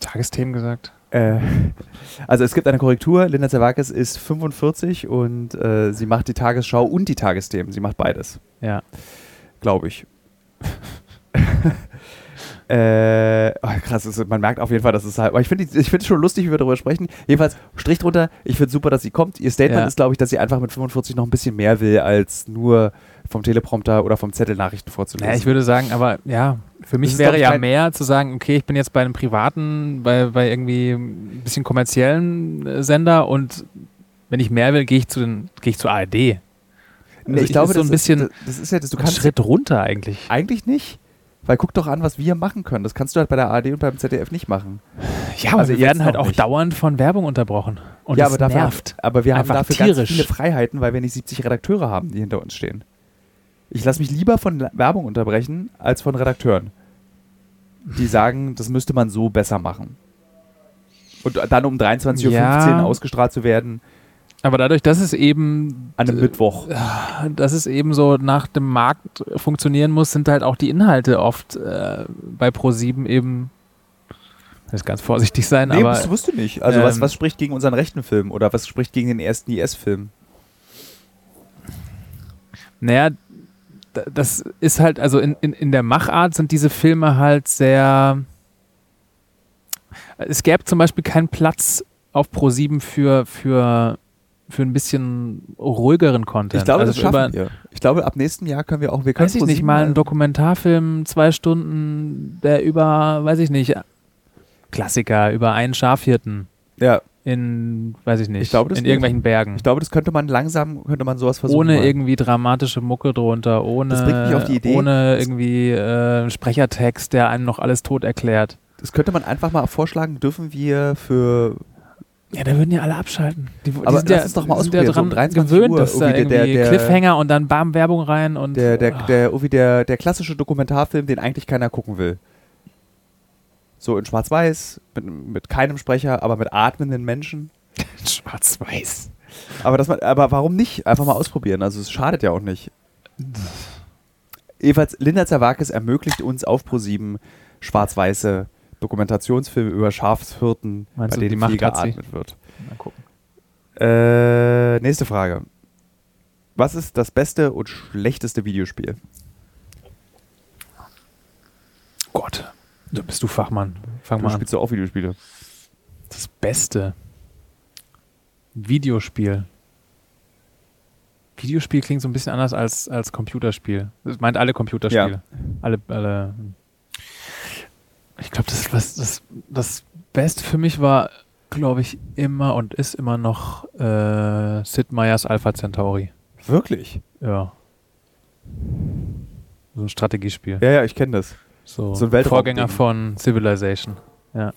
Tagesthemen gesagt.
äh, also es gibt eine Korrektur. Linda Zerwakis ist 45 und äh, sie macht die Tagesschau und die Tagesthemen. Sie macht beides,
Ja.
glaube ich. äh, oh, krass, es ist, man merkt auf jeden Fall, dass es halt. Aber ich finde die- ich finde es schon lustig, wie wir darüber sprechen. Jedenfalls, Strich drunter, ich finde super, dass sie kommt. Ihr Statement
Ja.
ist, glaube ich, dass sie einfach mit 45 noch ein bisschen mehr will, als nur vom Teleprompter oder vom Zettel Nachrichten vorzulesen.
Naja, ich würde sagen, aber ja, für
Das
mich
ist
wäre
doch
ja
kein-
mehr zu sagen, okay, ich bin jetzt bei einem privaten, bei, bei irgendwie ein bisschen kommerziellen äh, Sender und wenn ich mehr will, gehe ich zu den, gehe ich zur ARD.
Nee,
also
ich
ich-
glaube,
ist so ein
das
bisschen
Ist, das ist ja, das, du
Ein
kannst
Schritt runter eigentlich.
Eigentlich nicht. Weil guck doch an, was wir machen können. Das kannst du halt bei der ARD und beim ZDF nicht machen.
Ja, aber
Also
also wir
jetzt
werden halt
noch
auch
nicht.
dauernd von Werbung unterbrochen. Und
ja,
das
dafür,
nervt.
Aber wir
Einfach
haben dafür ganz
tierisch.
viele Freiheiten, weil wir nicht 70 Redakteure haben, die hinter uns stehen. Ich lasse mich lieber von La- Werbung unterbrechen als von Redakteuren. Die sagen, das müsste man so besser machen. Und dann um 23.15 Uhr
Ja.
ausgestrahlt zu werden
Aber dadurch, dass es eben,
an einem Mittwoch.
äh, dass es eben so nach dem Markt äh, funktionieren muss, sind halt auch die Inhalte oft äh, bei Pro7 eben. Ich muss ganz vorsichtig sein,
Nee,
aber
das wusste nicht. Also was,
ähm,
was spricht gegen unseren rechten Film oder was spricht gegen den ersten IS-Film?
Naja, d- das ist halt, also in, in, in der Machart sind diese Filme halt sehr. Es gäbe zum Beispiel keinen Platz auf Pro7 für, für, für ein bisschen ruhigeren Content.
Ich glaube,
also
das schaffen
über,
wir. Ich glaube, ab nächsten Jahr können wir auch, wir können
weiß ich nicht,
ProSieben
mal einen Dokumentarfilm, zwei Stunden, der über, weiß ich nicht, Klassiker, über einen Schafhirten
Ja,
in, weiß ich nicht,
Ich glaube, das
in
geht.
irgendwelchen Bergen.
ich glaube, das könnte man langsam, könnte man sowas versuchen.
ohne
mal.
irgendwie dramatische Mucke drunter, ohne,
Das bringt mich auf die Idee.
ohne irgendwie äh, Sprechertext, der einem noch alles tot erklärt.
das könnte man einfach mal vorschlagen, dürfen wir für.
Ja, da würden ja alle abschalten. Die, die
Aber
sind
lass
ja,
uns doch mal
sind ja
ausprobieren, so
dran
um 23
gewöhnt,
Uhr
dass da
irgendwie
irgendwie
der- der-
Cliffhanger und dann bam, Werbung rein und ah. oh,
Der, der, der, irgendwie der, der klassische Dokumentarfilm, den eigentlich keiner gucken will. So in Schwarz-Weiß, mit, mit keinem Sprecher, aber mit atmenden Menschen.
schwarz-weiß.
Aber, dass man, aber warum nicht? Einfach mal ausprobieren. Also es schadet ja auch nicht. Jedenfalls, Linda Zerwakis ermöglicht uns auf ProSieben schwarz-weiße Dokumentationsfilme über Schafshirten,
Meinst
bei
du, die
denen
Macht
viel
hat sie?
geatmet wird.
Mal gucken.
Äh, nächste Frage. Was ist das beste und schlechteste Videospiel?
Gott, da bist du Fachmann. Fang
Du
mal an.
spielst ja auch Videospiele.
Das Beste. Videospiel. Videospiel klingt so ein bisschen anders als, als Computerspiel. Das meint alle Computerspiele. Alle, alle. hm. Ich glaube, das, was, das, das Beste für mich war, glaube ich, immer und ist immer noch äh, Sid Meyers Alpha Centauri.
Wirklich?
Ja. So ein Strategiespiel.
Ja, ja, ich kenne das.
So,
so ein Weltraum-
Vorgänger
Ding.
von Civilization.
Ja,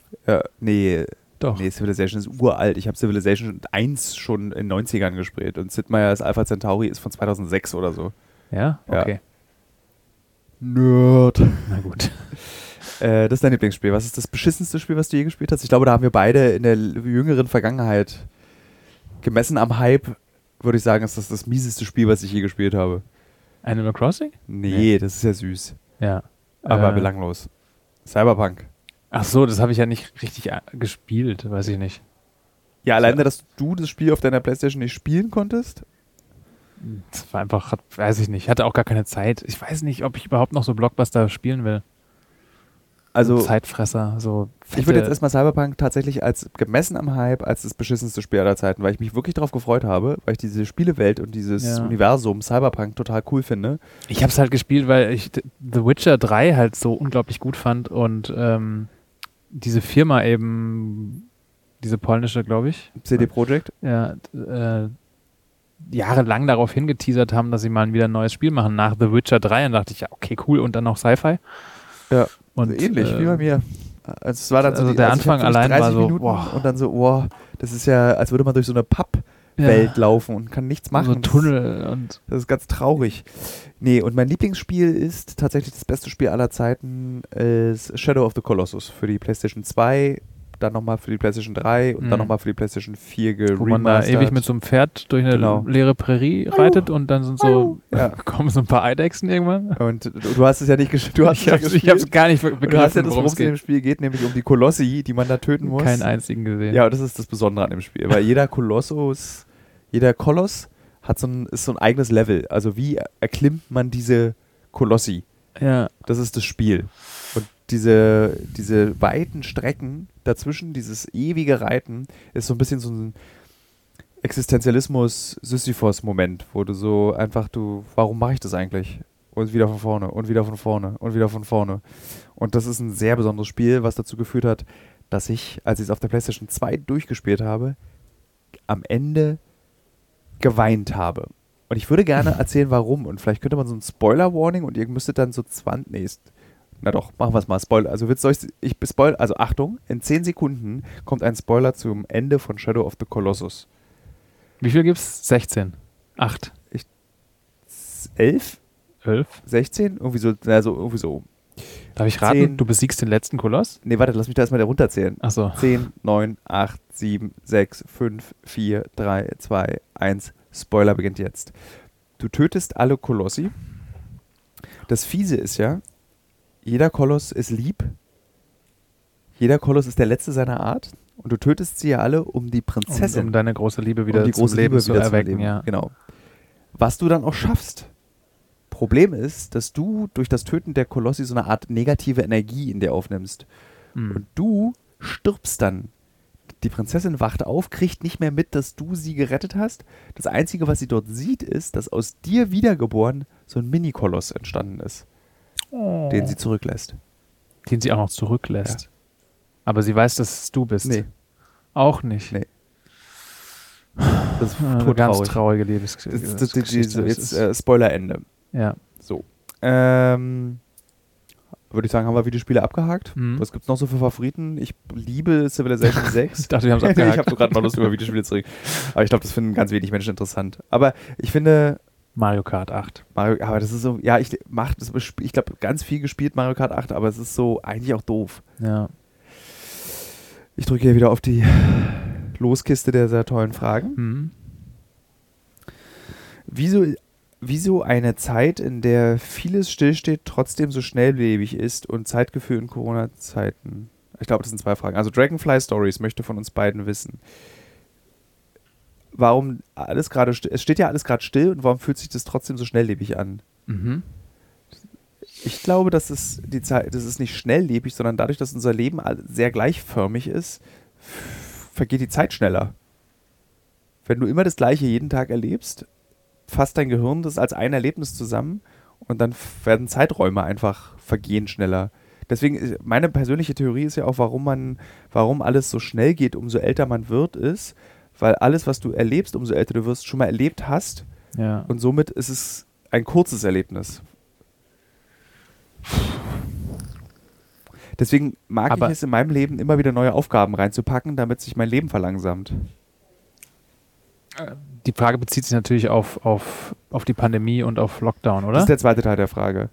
nee,
Doch.
nee, Civilization ist uralt. Ich habe Civilization 1 schon in den 90ern gespielt und Sid Meier's Alpha Centauri ist von 2006 oder so.
Ja?
Ja.
Okay.
Nerd.
Na gut.
Äh, das ist dein Lieblingsspiel. Was ist das beschissenste Spiel, was du je gespielt hast? Ich glaube, da haben wir beide in der l- jüngeren Vergangenheit gemessen am Hype, würde ich sagen, ist das das mieseste Spiel, was ich je gespielt habe.
Animal Crossing?
Nee,
Nee.
das ist ja süß.
Ja.
Aber
Äh,
belanglos. Cyberpunk.
Ach so, das habe ich ja nicht richtig a- gespielt, weiß ich nicht.
Ja, alleine, dass du das Spiel auf deiner Playstation nicht spielen konntest.
Das war einfach, hat, weiß ich nicht, hatte auch gar keine Zeit. Ich weiß nicht, ob ich überhaupt noch so Blockbuster spielen will.
Also
Zeitfresser, so
ich würde jetzt
fette-
erstmal Cyberpunk tatsächlich als gemessen am Hype als das beschissenste Spiel aller Zeiten, weil ich mich wirklich darauf gefreut habe, weil ich diese Spielewelt und dieses
Ja.
Universum Cyberpunk total cool finde.
Ich habe es halt gespielt, weil ich The- The Witcher 3 halt so unglaublich gut fand und ähm, diese Firma eben, diese polnische, glaube ich,
CD Projekt.
ja, d- äh, jahrelang darauf hingeteasert haben, dass sie mal wieder ein neues Spiel machen nach The Witcher 3. Und dachte ich, ja, okay, cool, und dann noch Sci-Fi.
Ja,
und,
Also ähnlich
äh,
wie bei mir. Also es war dann so
also
die-
der
ich hab
Anfang
vielleicht
allein war
30
so,
Minuten
boah.
und dann so, wow, das ist ja, als würde man durch so eine Pappwelt
ja,
laufen und kann nichts machen.
So Tunnel und
Das ist ganz traurig. Nee, und mein Lieblingsspiel ist tatsächlich das beste Spiel aller Zeiten, ist Shadow of the Colossus für die PlayStation 2, dann nochmal für die PlayStation 3 und
Mhm.
dann nochmal für die PlayStation 4
wo man da
geremastert.
ewig mit so einem Pferd durch eine
Genau.
leere Prärie reitet und dann sind so,
Ja.
kommen so ein paar Eidechsen irgendwann.
und du, du hast es ja nicht gesch- du hast es
Ich
ja
hab's,
gespielt.
ich hab's gar nicht be-
und du hast ja
begriffen,
das,
worum
worum
es
es in
geht.
dem Spiel geht, nämlich um die Kolossi, die man da töten muss.
Keinen einzigen gesehen.
Ja, und das ist das Besondere an dem Spiel, weil jeder Kolossus, jeder Koloss hat so ein, ist so ein eigenes Level. Also wie erklimmt man diese Kolossi?
Ja,
Das ist das Spiel. Und diese, diese weiten Strecken dazwischen, dieses ewige Reiten, ist so ein bisschen so ein Existenzialismus-Sisyphos-Moment, wo du so einfach, du, warum mache ich das eigentlich? Und wieder von vorne, und wieder von vorne, und wieder von vorne. Und das ist ein sehr besonderes Spiel, was dazu geführt hat, dass ich, als ich es auf der PlayStation 2 durchgespielt habe, am Ende geweint habe. Und ich würde gerne erzählen, warum. Und vielleicht könnte man so ein Spoiler-Warning und ihr müsstet dann so 20. Nee, ist- na doch, machen wir es mal. Spoiler. Also, willst, soll ich, ich spoil, also Achtung, in 10 Sekunden kommt ein Spoiler zum Ende von Shadow of the Colossus.
Wie viel gibt's? 16. 8.
11?
11.
16? Irgendwie so, na, so, irgendwie so.
Darf ich raten?
Zehn. Um,
Du besiegst den letzten Koloss?
Nee, warte, lass mich da erstmal runterzählen.
Achso.
10, 9, 8, 7, 6, 5, 4, 3, 2, 1. Spoiler beginnt jetzt. Du tötest alle Kolossi. Das Fiese ist ja, jeder Koloss ist lieb. Jeder Koloss ist der letzte seiner Art. Und du tötest sie ja alle, um die
Um,
Prinzessin,
um deine große Liebe wieder
um die
zum
große
Leben
Liebe
zu
wieder
erwecken.
zum Leben.
Ja.
Genau. Was du dann auch schaffst. Problem ist, dass du durch das Töten der Kolossi so eine Art negative Energie in dir aufnimmst.
Mhm.
Und du stirbst dann. Die Prinzessin wacht auf, kriegt nicht mehr mit, dass du sie gerettet hast. Das Einzige, was sie dort sieht, ist, dass aus dir wiedergeboren so ein Mini-Koloss entstanden ist, den sie zurücklässt.
Oh. Den sie auch noch zurücklässt. Aber sie weiß, dass es du bist.
Nee.
Auch nicht.
Nee. Das ist
Ah, Eine
tot
ganz
traurig.
traurige Liebesgeschichte.
Das, das, das, das,
ist
jetzt
es.
äh, Spoiler-Ende.
ja.
So. Ähm, Würde ich sagen, haben wir Videospiele abgehakt.
Mhm.
Was gibt es noch so für Favoriten? Ich liebe Civilization 6.
Ich dachte, wir haben
ich
es
habe
abgehakt.
so gerade mal Lust, über Videospiele zu reden. Aber ich glaube, das finden ganz wenig Menschen interessant. Aber ich finde,
Mario Kart 8.
Mario, aber das ist so, ja, ich mach das, besp- ich glaube, ganz viel gespielt Mario Kart 8, aber es ist so eigentlich auch doof.
Ja.
Ich drücke hier wieder auf die Loskiste der sehr tollen Fragen.
Mhm.
Wieso, wieso eine Zeit, in der vieles stillsteht, trotzdem so schnelllebig ist und Zeitgefühl in Corona-Zeiten? Ich glaube, das sind zwei Fragen. Also Dragonfly Stories möchte von uns beiden wissen. Warum alles gerade, st- es steht ja alles gerade still und warum fühlt sich das trotzdem so schnelllebig an?
Mhm.
Ich glaube, dass es die Zeit, das ist nicht schnelllebig, sondern dadurch, dass unser Leben all- sehr gleichförmig ist, f- vergeht die Zeit schneller. Wenn du immer das Gleiche jeden Tag erlebst, fasst dein Gehirn das als ein Erlebnis zusammen und dann f- werden Zeiträume einfach vergehen schneller. Deswegen, äh, meine persönliche Theorie ist ja auch, warum man, warum alles so schnell geht, umso älter man wird, ist, weil alles, was du erlebst, umso älter du wirst, schon mal erlebt hast
Ja.
und somit ist es ein kurzes Erlebnis. Deswegen mag
Aber-
ich es in meinem Leben immer wieder neue Aufgaben reinzupacken, damit sich mein Leben verlangsamt.
Die Frage bezieht sich natürlich auf, auf, auf die Pandemie und auf Lockdown,
Das
oder?
ist der zweite Teil der Frage.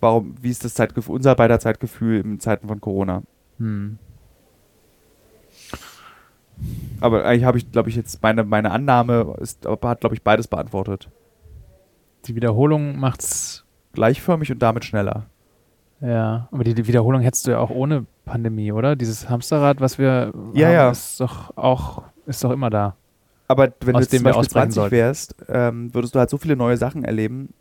Warum, wie ist das Zeitgefühl, unser beider Zeitgefühl in Zeiten von Corona?
Hm.
Aber eigentlich habe ich, glaube ich, jetzt meine, meine Annahme ist, hat, glaube ich, beides beantwortet.
Die Wiederholung macht's
Gleichförmig und damit schneller.
Ja, aber die, die Wiederholung hättest du ja auch ohne Pandemie, oder? Dieses Hamsterrad, was wir
Ja,
haben,
ja.
ist doch auch ist doch immer da.
Aber wenn
Aus
du jetzt
dem
zum
wir
Beispiel
ausbrechen
20
sollten.
wärst, ähm, würdest du halt so viele neue Sachen erleben,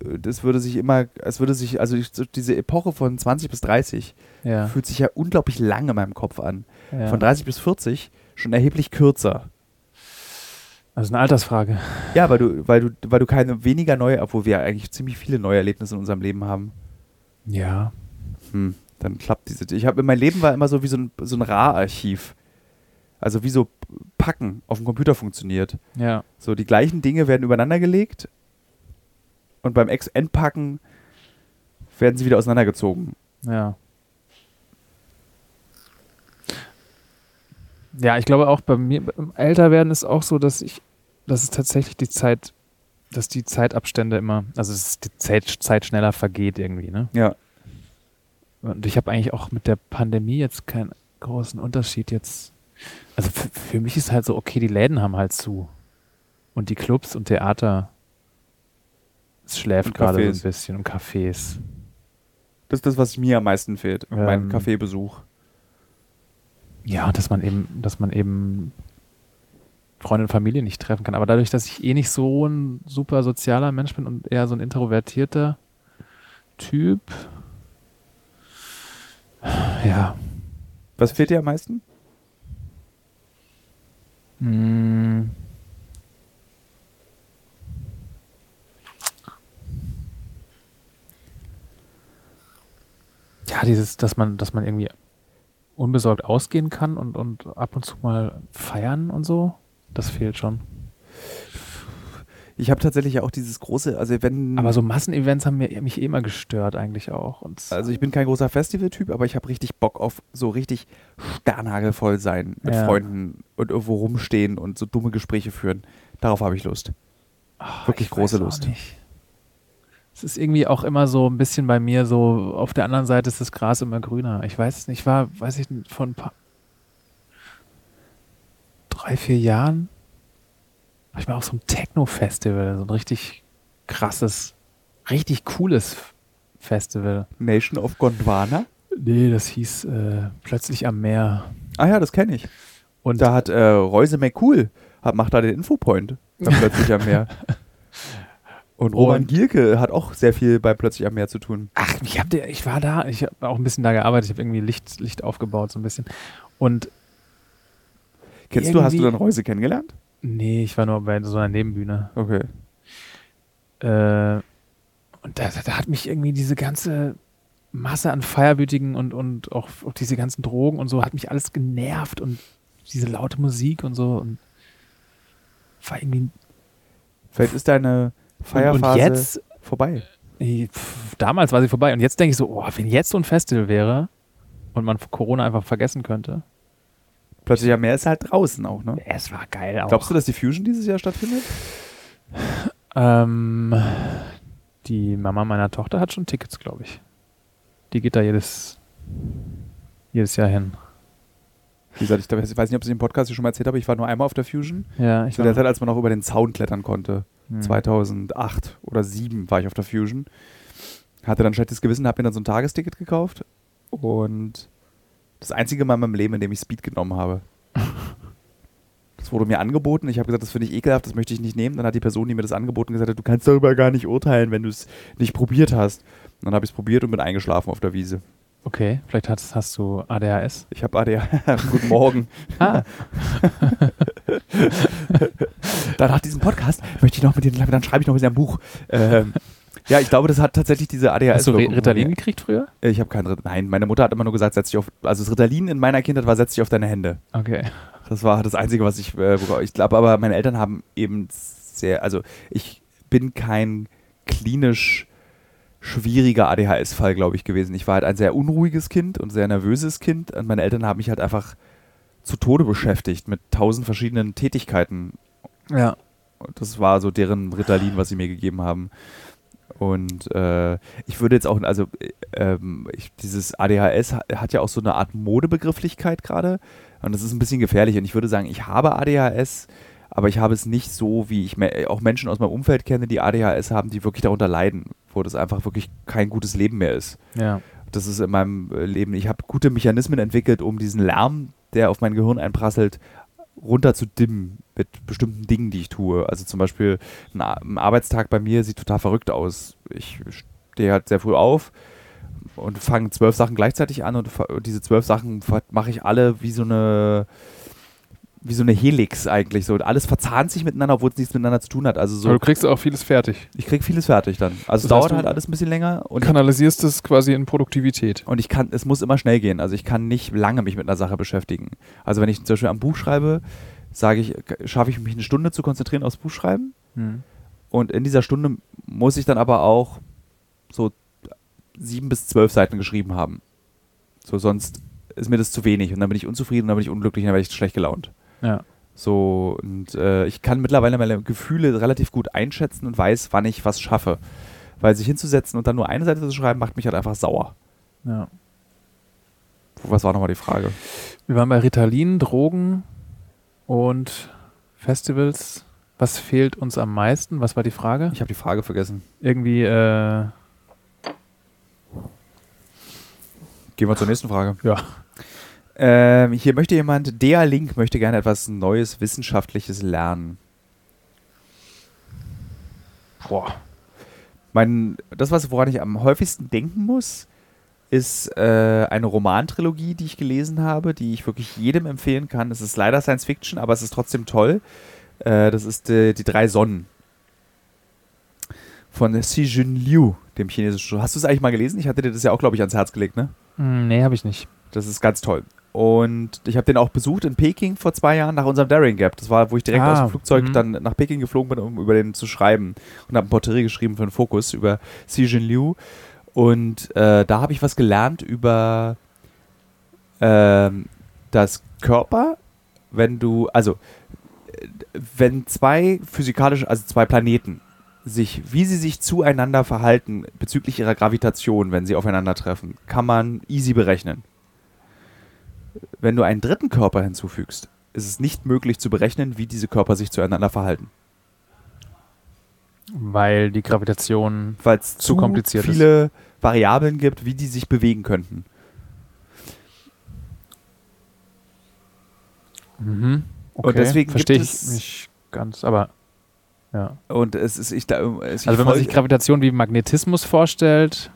das würde sich immer, es würde sich, also ich, so diese Epoche von 20 bis 30
Ja.
fühlt sich ja unglaublich lang in meinem Kopf an.
ja.
Von 30 bis 40 schon erheblich kürzer.
Das ist eine Altersfrage.
Ja, weil du, weil du, weil du keine weniger neue, obwohl wir eigentlich ziemlich viele neue Erlebnisse in unserem Leben haben.
Ja.
Hm, dann klappt diese. Ich habe mein Leben war immer so wie so ein, so ein RAR-Archiv. Also wie so Packen auf dem Computer funktioniert.
Ja.
So, die gleichen Dinge werden übereinander gelegt und beim Ex Entpacken werden sie wieder auseinandergezogen.
Ja. Ja, ich glaube auch bei mir, beim Älterwerden ist auch so, dass ich, dass es tatsächlich die Zeit, dass die Zeitabstände immer, also dass die Zeit, Zeit schneller vergeht irgendwie, ne?
Ja.
Und ich habe eigentlich auch mit der Pandemie jetzt keinen großen Unterschied jetzt. Also f- für mich ist halt so, okay, die Läden haben halt zu. Und die Clubs und Theater, es schläft
Und
gerade so
Cafés.
ein bisschen und Cafés.
Das ist das, was mir am meisten fehlt, mein
Ähm.
Kaffeebesuch.
Ja, dass man eben, dass man eben Freunde und Familie nicht treffen kann. Aber dadurch, dass ich eh nicht so ein super sozialer Mensch bin und eher so ein introvertierter Typ, ja,
Was fehlt dir am meisten?
Mm. Ja, dieses, dass man, dass man irgendwie unbesorgt ausgehen kann und, und ab und zu mal feiern und so, das fehlt schon.
Ich habe tatsächlich auch dieses große, also wenn.
Aber so Massenevents haben mir, mich eh immer gestört eigentlich auch. Und
Also ich bin kein großer Festivaltyp, aber ich habe richtig Bock auf so richtig sternhagelvoll sein mit
Ja.
Freunden und irgendwo rumstehen und so dumme Gespräche führen. Darauf habe ich Lust.
Ach,
wirklich
Ah, ich
große
weiß auch
Lust.
nicht. Es ist irgendwie auch immer so ein bisschen bei mir so, auf der anderen Seite ist das Gras immer grüner. Ich weiß es nicht, ich war, weiß ich nicht, vor ein paar, drei, vier Jahren war ich mal auf so einem Techno-Festival, so ein richtig krasses, richtig cooles F- Festival.
Nation of Gondwana?
Nee, das hieß äh, Plötzlich am Meer.
Ah ja, das kenne ich.
Und
Da hat äh, Reuse McCool, hat, macht da den Infopoint dann plötzlich am Meer. Und Roman
Und-
Gierke hat auch sehr viel bei plötzlich am Meer zu tun.
Ach, ich, hab, dir- ich war da, ich habe auch ein bisschen da gearbeitet, ich habe irgendwie Licht, Licht aufgebaut, so ein bisschen. Und
Kennst du, hast du
Irgendwie-
dann Reuse kennengelernt?
Nee, ich war nur bei so einer Nebenbühne.
Okay.
Äh, und da, da hat mich irgendwie diese ganze Masse an Feierbütigen und, und auch, auch diese ganzen Drogen und so, hat mich alles genervt und diese laute Musik und so. Und war irgendwie.
Vielleicht ist deine
und,
Feierphase
und jetzt,
vorbei.
äh, pf, damals war sie vorbei. Und jetzt denke ich so, oh, wenn jetzt so ein Festival wäre und man Corona einfach vergessen könnte.
Plötzlich am Meer ist halt draußen auch, ne?
Es war geil auch.
Glaubst du, dass die Fusion dieses Jahr stattfindet?
Ähm, die Mama meiner Tochter hat schon Tickets, glaube ich. Die geht da jedes, jedes Jahr hin.
Wie gesagt, ich, glaub, ich weiß nicht, ob ich es im Podcast hier schon mal erzählt habe, ich war nur einmal auf der Fusion.
Ja, ich
Zu der Zeit, als man noch über den Zaun klettern konnte.
hm.
2008 oder 2007 war ich auf der Fusion. Hatte dann ein schlechtes Gewissen, habe mir dann so ein Tagesticket gekauft. Und das einzige Mal in meinem Leben, in dem ich Speed genommen habe. Das wurde mir angeboten. Ich habe gesagt, das finde ich ekelhaft, das möchte ich nicht nehmen. Dann hat die Person, die mir das angeboten gesagt hat, du kannst darüber gar nicht urteilen, wenn du es nicht probiert hast. Und dann habe ich es probiert und bin eingeschlafen auf der Wiese.
Okay, vielleicht hast, hast du ADHS.
Ich habe ADHS. Guten Morgen.
Ah,
Dann nach diesem Podcast möchte ich noch mit dir, dann schreibe ich noch mit einem Buch. Ähm, ja, ich glaube, das hat tatsächlich diese
hast du
ADHS-Wirkung.
Re- Ritalin gekriegt früher?
Ich habe kein Ritalin. Nein, meine Mutter hat immer nur gesagt, setz dich auf, also das Ritalin in meiner Kindheit war, setz dich auf deine Hände.
Okay.
Das war das Einzige, was ich, äh, worüber- ich glaube, aber meine Eltern haben eben sehr, also ich bin kein klinisch schwieriger ADHS-Fall, glaube ich, gewesen. Ich war halt ein sehr unruhiges Kind und sehr nervöses Kind und meine Eltern haben mich halt einfach zu Tode beschäftigt mit tausend verschiedenen Tätigkeiten
Ja.
und Das war so deren Ritalin, was sie mir gegeben haben. Und äh, ich würde jetzt auch, also äh, ähm, ich, dieses ADHS ha- hat ja auch so eine Art Modebegrifflichkeit gerade. Und das ist ein bisschen gefährlich. Und ich würde sagen, ich habe ADHS, aber ich habe es nicht so, wie ich me auch Menschen aus meinem Umfeld kenne, die ADHS haben, die wirklich darunter leiden, wo das einfach wirklich kein gutes Leben mehr ist.
Ja.
Das ist in meinem äh, Leben. Ich habe gute Mechanismen entwickelt, um diesen Lärm, der auf mein Gehirn einprasselt, runter zu dimmen mit bestimmten Dingen, die ich tue. Also zum Beispiel ein, Ar- ein Arbeitstag bei mir sieht total verrückt aus. Ich stehe halt sehr früh auf und fange zwölf Sachen gleichzeitig an und fa- und diese zwölf Sachen ver- mache ich alle wie so eine wie so eine Helix eigentlich so. Und alles verzahnt sich miteinander, obwohl es nichts miteinander zu tun hat. Also
Aber
so,
du kriegst auch vieles fertig.
ich krieg vieles fertig dann. Also es
Das heißt,
dauert
du
halt alles ein bisschen länger und
Kanalisierst es quasi in Produktivität.
und ich kann, es muss immer schnell gehen. Also ich kann nicht lange mich mit einer Sache beschäftigen. Also wenn ich zum Beispiel am Buch schreibe, sage ich, schaffe ich mich eine Stunde zu konzentrieren aufs Buchschreiben.
Hm.
Und in dieser Stunde muss ich dann aber auch so sieben bis zwölf Seiten geschrieben haben. So, sonst ist mir das zu wenig und dann bin ich unzufrieden und dann bin ich unglücklich und dann werde ich schlecht gelaunt.
Ja.
So, und äh, ich kann mittlerweile meine Gefühle relativ gut einschätzen und weiß, wann ich was schaffe. Weil sich hinzusetzen und dann nur eine Seite zu schreiben, macht mich halt einfach sauer.
ja.
Was war nochmal die Frage?
Wir waren bei Ritalin, Drogen und Festivals. Was fehlt uns am meisten? Was war die Frage?
Ich habe die Frage vergessen.
Irgendwie, äh,
Gehen wir zur nächsten Frage.
ja.
Ähm, hier möchte jemand, der Link möchte gerne etwas Neues, Wissenschaftliches lernen.
Boah.
Mein, das, was woran ich am häufigsten denken muss, ist äh, eine Romantrilogie, die ich gelesen habe, die ich wirklich jedem empfehlen kann. Es ist leider Science Fiction, aber es ist trotzdem toll. Äh, das ist die, die drei Sonnen von Xi Jun Liu, dem chinesischen. Hast du es eigentlich mal gelesen? Ich hatte dir das ja auch, glaube ich, ans Herz gelegt, ne?
Hm, nee, habe ich nicht.
Das ist ganz toll. Und ich habe den auch besucht in Peking vor zwei Jahren nach unserem Daring Gap. Das war, wo ich direkt
Ah,
aus dem Flugzeug
mhm.
dann nach Peking geflogen bin, um über den zu schreiben. Und habe ein Porträt geschrieben für den Fokus über Xi Jin Liu. Und äh, da habe ich was gelernt über ähm, das Körper, wenn du, also äh, wenn zwei physikalische, also zwei Planeten sich, wie sie sich zueinander verhalten bezüglich ihrer Gravitation, wenn sie aufeinandertreffen, kann man easy berechnen. Wenn du einen dritten Körper hinzufügst, ist es nicht möglich zu berechnen, wie diese Körper sich zueinander verhalten.
Weil die Gravitation.
weil es zu,
Zu kompliziert ist.
viele Variablen gibt, wie die sich bewegen könnten.
Mhm. Okay.
Und deswegen gibt
verstehe ich
es-
nicht ganz, aber ja.
Und es ist, ich glaube, es- ich
Also wenn man
folge-
sich Gravitation wie Magnetismus vorstellt,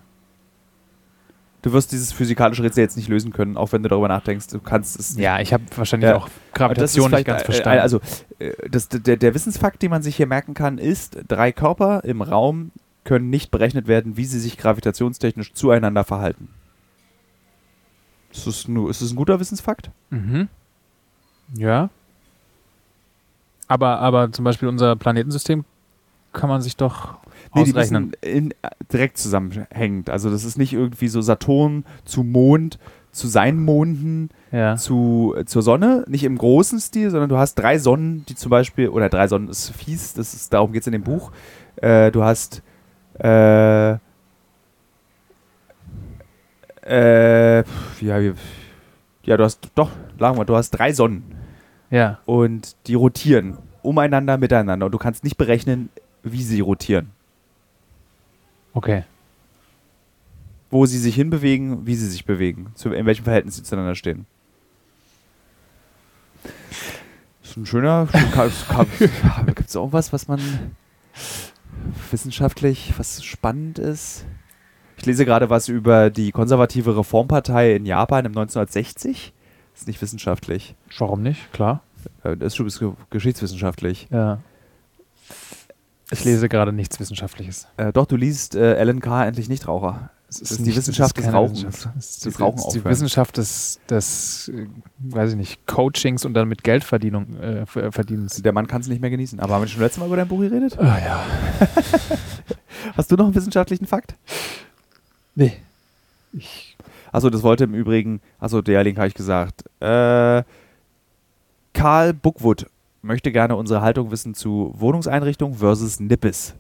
du wirst dieses physikalische Rätsel jetzt nicht lösen können, auch wenn du darüber nachdenkst. Du kannst es nicht.
ja, ich habe wahrscheinlich
Ja. Aber
auch
das ist
Gravitation nicht
vielleicht,
ganz
äh,
verstanden.
äh, Also äh, das, der, der Wissensfakt, den man sich hier merken kann, ist: Drei Körper im Raum können nicht berechnet werden, wie sie sich gravitationstechnisch zueinander verhalten. Ist das, nur, ist das ein guter Wissensfakt?
mhm. Ja. Aber, aber zum Beispiel unser Planetensystem kann man sich doch
Nee, die
ausrechnen.
müssen in, äh, direkt zusammenhängend. Also das ist nicht irgendwie so Saturn zu Mond, zu seinen Monden,
ja.
zu, äh, zur Sonne. Nicht im großen Stil, sondern du hast drei Sonnen, die zum Beispiel, oder drei Sonnen ist fies, das ist, darum geht es in dem Buch. Äh, du hast äh, äh, pf, ja, wie- ja, du hast, doch, sagen wir, du hast drei Sonnen
ja.
und die rotieren umeinander, miteinander und du kannst nicht berechnen, wie sie rotieren.
Okay.
wo sie sich hinbewegen, wie sie sich bewegen, zu, in welchem Verhältnis sie zueinander stehen. Ist ein schöner. Gibt es auch was, was man wissenschaftlich, was spannend ist? Ich lese gerade was über die konservative Reformpartei in Japan im 1960. Ist nicht wissenschaftlich.
Warum nicht? Klar.
Äh, Das ist schon ein bisschen geschichtswissenschaftlich.
Ja. Ich lese gerade nichts Wissenschaftliches.
Äh, doch, du liest äh, LNK endlich Nichtraucher. Es ist, die
nicht-
Wissenschaft
es
des
keine
Rauchens.
Wissenschaft. Es ist
Das
die,
Rauchen
es ist die
aufhören.
Wissenschaft des, des, äh, weiß ich nicht, Coachings und dann mit Geldverdienung, äh, Ver- Verdienens.
Der Mann kann es nicht mehr genießen. Aber haben wir schon letztes Mal über dein Buch geredet?
Ah ja.
Hast du noch einen wissenschaftlichen Fakt?
Nee. Ich,
Achso, das wollte im Übrigen, also der Link habe ich gesagt. Äh, Karl Buckwood möchte gerne unsere Haltung wissen zu Wohnungseinrichtung versus Nippes.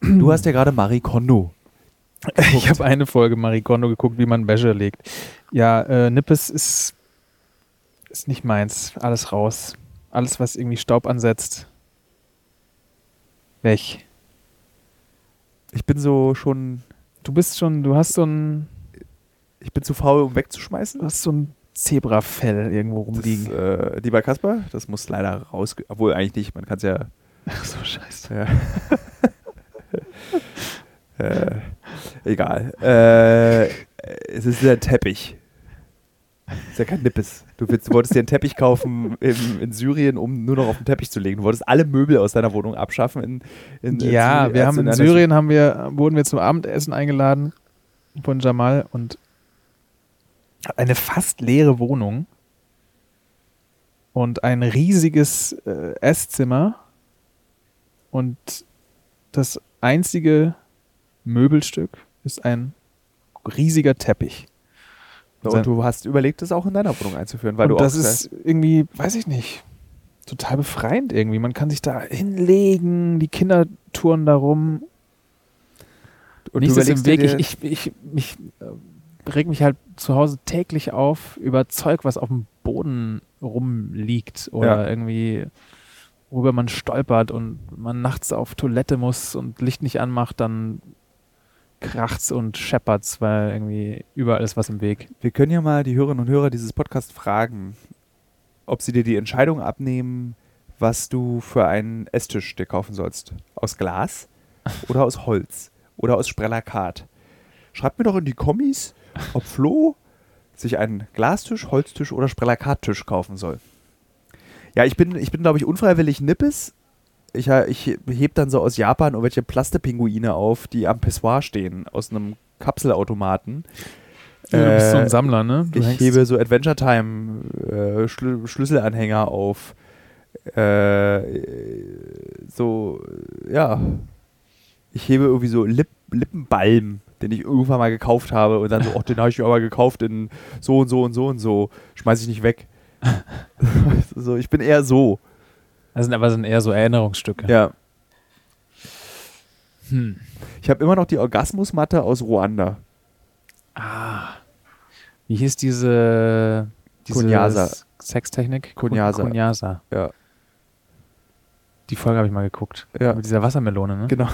Du hast ja gerade Marie Kondo.
ich habe eine Folge Marie Kondo geguckt, wie man Wäsche legt. Ja, äh, Nippes ist, ist nicht meins. Alles raus. Alles, was irgendwie Staub ansetzt. Weg.
Ich bin so schon,
Du bist schon, du hast so ein,
ich bin zu faul, um wegzuschmeißen.
du hast so ein Zebrafell irgendwo rumliegen.
Das, äh, die bei Kasper, das muss leider raus. Obwohl eigentlich nicht, man kann es ja.
Ach so, scheiße.
ja. äh, egal. Äh, es ist der Teppich. Ist ja kein Nippes. Du, willst, du wolltest dir einen Teppich kaufen im, in Syrien, um nur noch auf den Teppich zu legen. Du wolltest alle Möbel aus deiner Wohnung abschaffen. In, in, in
Ja,
Syrien,
wir
als
haben in
einer-
Syrien haben wir, wurden wir zum Abendessen eingeladen von Jamal und eine fast leere Wohnung und ein riesiges äh, Esszimmer und das einzige Möbelstück ist ein riesiger Teppich.
Und du hast überlegt, das auch in deiner Wohnung einzuführen, weil
und
du
das
auch
ist irgendwie, weiß ich nicht, total befreiend irgendwie. Man kann sich da hinlegen, die Kinder touren da rum
und
Nichts
du
ist im
überlegst dir
Weg. Ich,
dir-
ich, ich, mich, äh, reg mich halt zu Hause täglich auf über Zeug, was auf dem Boden rumliegt oder irgendwie, worüber man stolpert und man nachts auf Toilette muss und Licht nicht anmacht, dann kracht's und scheppert's, weil irgendwie überall ist was im Weg.
Wir können ja mal die Hörerinnen und Hörer dieses Podcasts fragen, ob sie dir die Entscheidung abnehmen, was du für einen Esstisch dir kaufen sollst. Aus Glas oder aus Holz oder aus Sprellakat. Schreibt mir doch in die Kommis, ob Flo sich einen Glastisch, Holztisch oder Sprellakattisch kaufen soll. Ja, ich bin, ich bin glaube ich, unfreiwillig Nippes. Ich, ha- ich heb dann so aus Japan irgendwelche Plastepinguine auf, die am Pessoir stehen, aus einem Kapselautomaten.
du bist so
Äh,
ein Sammler, ne? Du
ich
hängst-
hebe so Adventure Time äh, Schlü Schlüsselanhänger auf. Äh, so, ja. Ich hebe irgendwie so Lip Lippenbalm, den ich irgendwann mal gekauft habe und dann so, oh, den habe ich mir aber gekauft in so und so und so und so. Schmeiß ich nicht weg. so, ich bin eher so.
Das sind aber sind eher so Erinnerungsstücke.
Ja.
Hm.
Ich habe immer noch die Orgasmusmatte aus Ruanda.
Ah. Wie hieß diese, diese
Kunyasa.
Sextechnik?
Kunyasa.
Kunyasa.
Ja.
Die Folge habe ich mal geguckt.
Ja.
Mit dieser Wassermelone, ne?
Genau.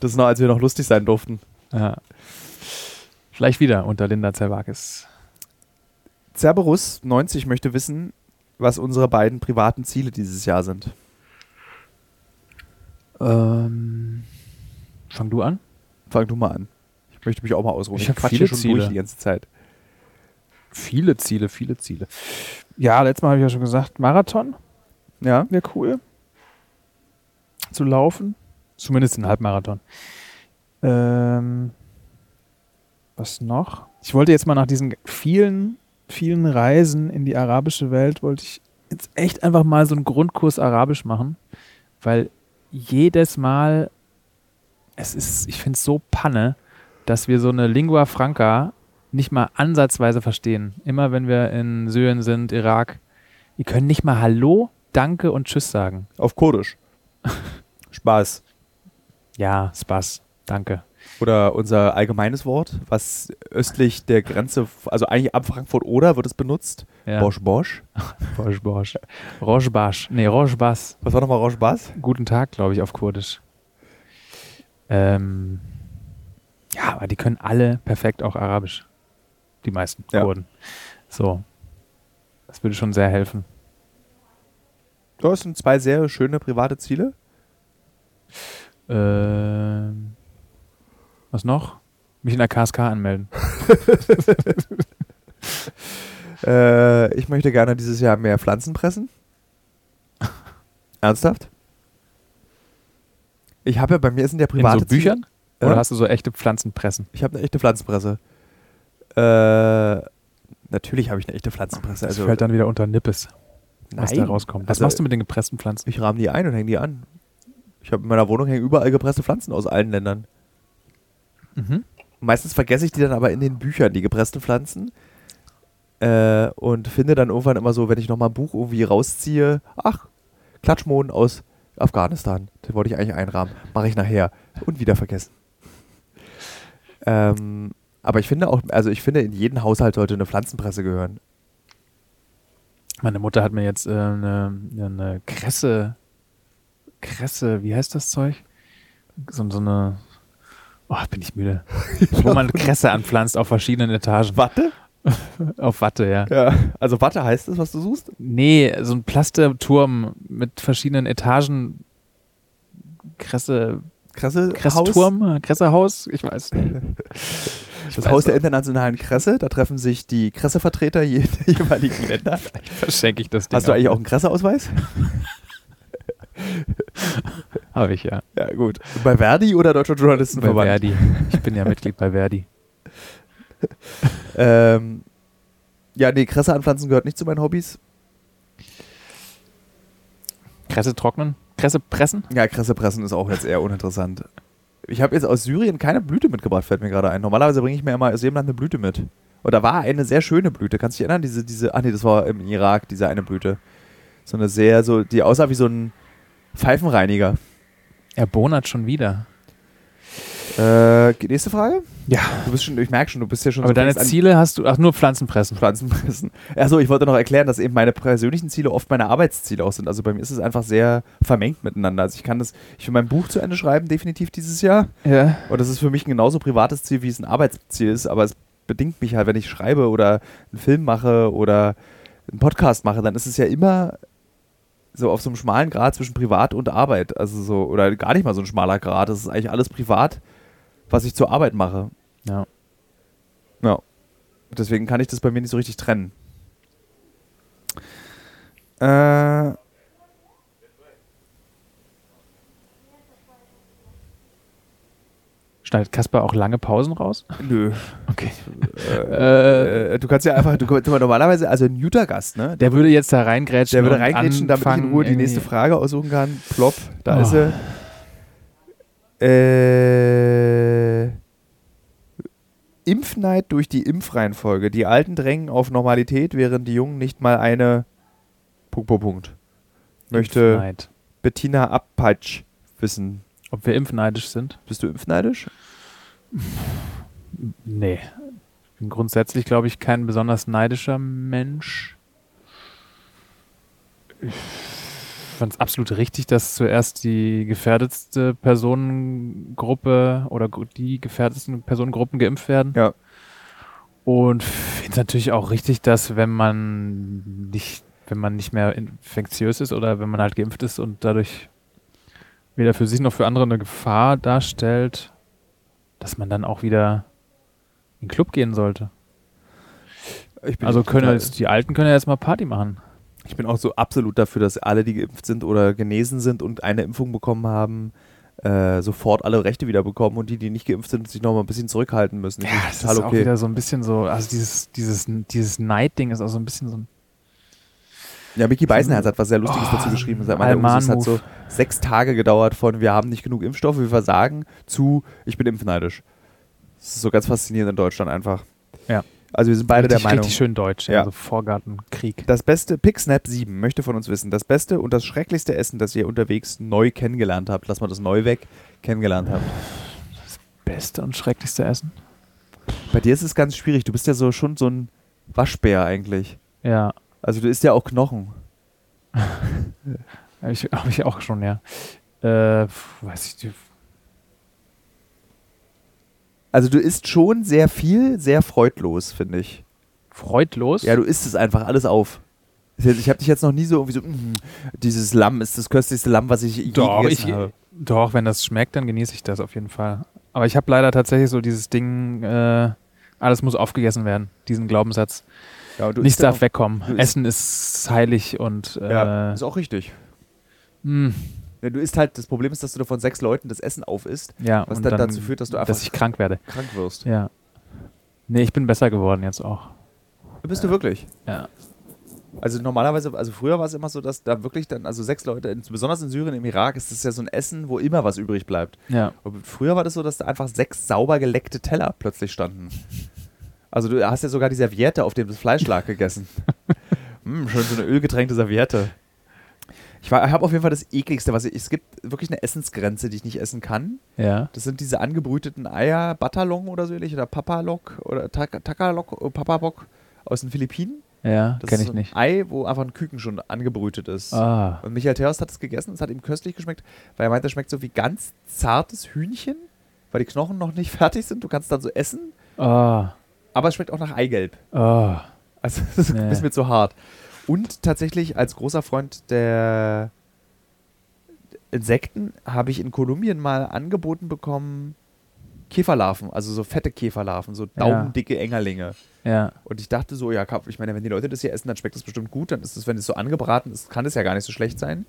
das ist noch, als wir noch lustig sein durften.
ja. Vielleicht wieder unter Linda Zerwakis.
Cerberus 90 möchte wissen, was unsere beiden privaten Ziele dieses Jahr sind.
Ähm, fang du an?
Fang du mal an. Ich möchte mich auch mal ausruhen.
Ich hab
quatsche
viele
schon durch
Ziele.
die ganze Zeit.
Viele Ziele, viele Ziele. Ja, letztes Mal habe ich ja schon gesagt, Marathon
Ja,
wäre cool. Zu laufen. Zumindest einen Halbmarathon. Ähm, was noch? Ich wollte jetzt mal nach diesen vielen, vielen Reisen in die arabische Welt, wollte ich jetzt echt einfach mal so einen Grundkurs Arabisch machen, weil jedes Mal, es ist, ich finde es so Panne, dass wir so eine Lingua Franca nicht mal ansatzweise verstehen. Immer wenn wir in Syrien sind, Irak, wir können nicht mal Hallo, Danke und Tschüss sagen.
auf Kurdisch. Spaß.
Ja, Spaß, Danke.
Oder unser allgemeines Wort, was östlich der Grenze, also eigentlich ab Frankfurt oder wird es benutzt.
Ja.
Bosch Bosch.
Bosch, Bosch. Roche, Bosch. Nee, Roche, Bosch.
Was war nochmal Roche Bas?
Guten Tag, glaube ich, auf Kurdisch. Ähm, ja, aber die können alle perfekt auch Arabisch. Die meisten
Ja.
Kurden. So. Das würde schon sehr helfen.
Das sind zwei sehr schöne private Ziele.
Ähm, was noch? Mich in der KSK anmelden.
Äh, ich möchte gerne dieses Jahr mehr Pflanzen pressen. Ernsthaft? Ich habe ja bei mir sind ja
In
private
so Büchern?
Ziele.
Oder
Ja.
hast du so echte Pflanzenpressen?
Ich habe eine echte Pflanzenpresse. Äh, natürlich habe ich eine echte Pflanzenpresse.
Das
Also,
fällt dann wieder unter Nippes, was da
Nein.
rauskommt. Was
Also-
machst du mit den gepressten Pflanzen?
Ich rahme die ein und hänge die an. Ich habe in meiner Wohnung hängen überall gepresste Pflanzen aus allen Ländern.
Mhm.
Meistens vergesse ich die dann aber in den Büchern, die gepressten Pflanzen. Äh, und finde dann irgendwann immer so, wenn ich nochmal ein Buch irgendwie rausziehe, ach, Klatschmohn aus Afghanistan. Den wollte ich eigentlich einrahmen. Mache ich nachher. Und wieder vergessen. Ähm, aber ich finde auch, also ich finde, in jeden Haushalt sollte eine Pflanzenpresse gehören.
Meine Mutter hat mir jetzt äh, eine, eine Kresse, Kresse, wie heißt das Zeug? So, so eine, oh, bin ich müde. Wo man Kresse anpflanzt auf verschiedenen Etagen.
Watte?
Auf Watte, ja.
Ja, also Watte heißt es, was du suchst?
Nee, so ein Plasterturm mit verschiedenen Etagen. Kresse,
Kresse, Haus.
Kressturm, Kressehaus, ich weiß nicht. Ich
Das
weiß
Haus der
nicht.
internationalen Kresse. Da treffen sich die Kressevertreter je- der jeweiligen Länder.
verschenke ich das Ding.
Hast du eigentlich auch einen Kresseausweis?
Habe ich ja.
Ja, gut. Bei Verdi oder Deutscher
Bei
Journalistenverband?
Verdi. Ich bin ja Mitglied bei Verdi.
Ähm, ja, nee, Kresse anpflanzen gehört nicht zu meinen Hobbys.
Kresse trocknen? Kresse pressen?
Ja, Kresse pressen ist auch jetzt eher uninteressant. Ich habe jetzt aus Syrien keine Blüte mitgebracht, fällt mir gerade ein. Normalerweise bringe ich mir immer aus jedem Land eine Blüte mit. Und da war eine sehr schöne Blüte. Kannst du dich erinnern? Diese, diese, ach nee, das war im Irak, diese eine Blüte. So eine sehr, so, die aussah wie so ein Pfeifenreiniger.
Er bonert schon wieder.
Äh, nächste Frage?
Ja.
Du bist schon, ich merke schon, du bist ja schon
Aber
so
deine
längst an-
Ziele hast du. Ach, nur Pflanzen pressen.
Pflanzen pressen. Achso, ich wollte noch erklären, dass eben meine persönlichen Ziele oft meine Arbeitsziele auch sind. Also bei mir ist es einfach sehr vermengt miteinander. Also ich kann das, ich will mein Buch zu Ende schreiben, definitiv dieses Jahr.
Ja.
Und das ist für mich ein genauso privates Ziel, wie es ein Arbeitsziel ist, aber es bedingt mich halt, wenn ich schreibe oder einen Film mache oder einen Podcast mache, dann ist es ja immer so auf so einem schmalen Grad zwischen Privat und Arbeit. Also so, oder gar nicht mal so ein schmaler Grad. Das ist eigentlich alles privat, was ich zur Arbeit mache.
Ja.
Ja. Deswegen kann ich das bei mir nicht so richtig trennen. Äh.
Schneidet Kasper auch lange Pausen raus?
Nö.
Okay. Äh,
Äh, du kannst ja einfach, du kannst normalerweise, also ein Utah-Gast, ne?
der würde jetzt da reingrätschen.
Der würde
und
reingrätschen, damit ich in
anfangen,
Ruhe die nächste
irgendwie-
Frage aussuchen kann. Plopp, da
Oh.
ist sie. Äh, Impfneid durch die Impfreihenfolge. Die Alten drängen auf Normalität, während die Jungen nicht mal eine. Punkt, Punkt, Punkt. Möchte
Impfneid.
Bettina Appatsch wissen.
Ob wir impfneidisch sind?
Bist du impfneidisch?
Nee. Bin grundsätzlich, glaube ich, kein besonders neidischer Mensch. Ich fand es absolut richtig, dass zuerst die gefährdetste Personengruppe oder gru- die gefährdetsten Personengruppen geimpft werden.
Ja.
Und finde es natürlich auch richtig, dass wenn man nicht, wenn man nicht mehr infektiös ist oder wenn man halt geimpft ist und dadurch weder für sich noch für andere eine Gefahr darstellt, dass man dann auch wieder in den Club gehen sollte.
Ich bin
Also können
total-
jetzt, die Alten können ja jetzt mal Party machen.
Ich bin auch so absolut dafür, dass alle, die geimpft sind oder genesen sind und eine Impfung bekommen haben, äh, sofort alle Rechte wieder bekommen und die, die nicht geimpft sind, sich nochmal ein bisschen zurückhalten müssen. Ich finde
ist auch wieder so ein bisschen so, also dieses, dieses, dieses Neid-Ding ist auch so ein bisschen so ein
Ja, Mickey Beisenherz hat was sehr Lustiges
Oh,
dazu geschrieben.
ein
Sagt man, der Usus hat so
Allman-Move.
sechs Tage gedauert von wir haben nicht genug Impfstoffe, wir versagen zu ich bin impfneidisch. Das ist so ganz faszinierend in Deutschland einfach.
Ja.
Also wir sind beide
richtig,
der Meinung.
richtig schön deutsch, ja.
Ja.
also Vorgartenkrieg.
Das beste, Picksnap 7 möchte von uns wissen, das beste und das schrecklichste Essen, das ihr unterwegs neu kennengelernt habt. Lass mal das neu weg, kennengelernt habt.
Beste und schrecklichste Essen.
Bei dir ist es ganz schwierig. Du bist ja so schon so ein Waschbär eigentlich.
Ja,
Also du isst ja auch Knochen.
habe ich, hab ich auch schon, ja. Äh, pf, weiß ich, die-
Also du isst schon sehr viel, sehr freudlos, finde ich.
freudlos.
Ja, du isst es einfach alles auf. Ist jetzt- Ich habe dich jetzt noch nie so irgendwie so, "Mm, dieses Lamm ist das köstlichste Lamm, was ich je
Doch,
gegessen
ich,
habe.
doch, wenn das schmeckt, dann genieße ich das auf jeden Fall. Aber ich habe leider tatsächlich so dieses Ding, äh, alles muss aufgegessen werden, diesen Glaubenssatz.
Ja, und du
Nichts
isst ja
darf
du
wegkommen.
isst-
Essen ist heilig und
auch-
äh,
Ja, ist auch richtig.
mh,
Hm, Ja, du isst halt, das Problem ist, dass du von sechs Leuten das Essen aufisst,
ja
was
und
dann,
dann
dazu führt, dass du einfach
dass ich krank werde.
krank wirst.
Ja. Nee, ich bin besser geworden jetzt auch.
Bist du wirklich?
Ja.
Also normalerweise, also früher war es immer so, dass da wirklich dann, also sechs Leute, in, besonders in Syrien, im Irak, ist das ja so ein Essen, wo immer was übrig bleibt.
Ja.
Und früher war das so, dass da einfach sechs sauber geleckte Teller plötzlich standen. Also du hast ja sogar die Serviette, auf dem das Fleisch lag, gegessen. Hm, schön so eine ölgetränkte Serviette. Ich, war- ich habe auf jeden Fall das ekligste, was ich, es gibt wirklich eine Essensgrenze, die ich nicht essen kann.
Ja.
Das sind diese angebrüteten Eier, Batalong oder so ähnlich, oder Papalok oder Tak- Takalok, äh, Papabok aus den Philippinen.
Ja,
Das
kenne
ist
ich
so ein
nicht.
Ei, wo einfach ein Küken schon angebrütet ist.
Ah.
Und Michael Theos hat es gegessen, es hat ihm köstlich geschmeckt, weil er meinte, es schmeckt so wie ganz zartes Hühnchen, weil die Knochen noch nicht fertig sind. Du kannst dann so essen
Ah.
Aber es schmeckt auch nach Eigelb.
Oh,
Also es ist
Nee.
ein bisschen zu hart. Und tatsächlich als großer Freund der Insekten habe ich in Kolumbien mal angeboten bekommen Käferlarven, also so fette Käferlarven, so daumendicke Engerlinge.
ja.
Und ich dachte so, ja, ich meine, wenn die Leute das hier essen, dann schmeckt das bestimmt gut. Dann ist es, wenn es so angebraten ist, kann es ja gar nicht so schlecht sein.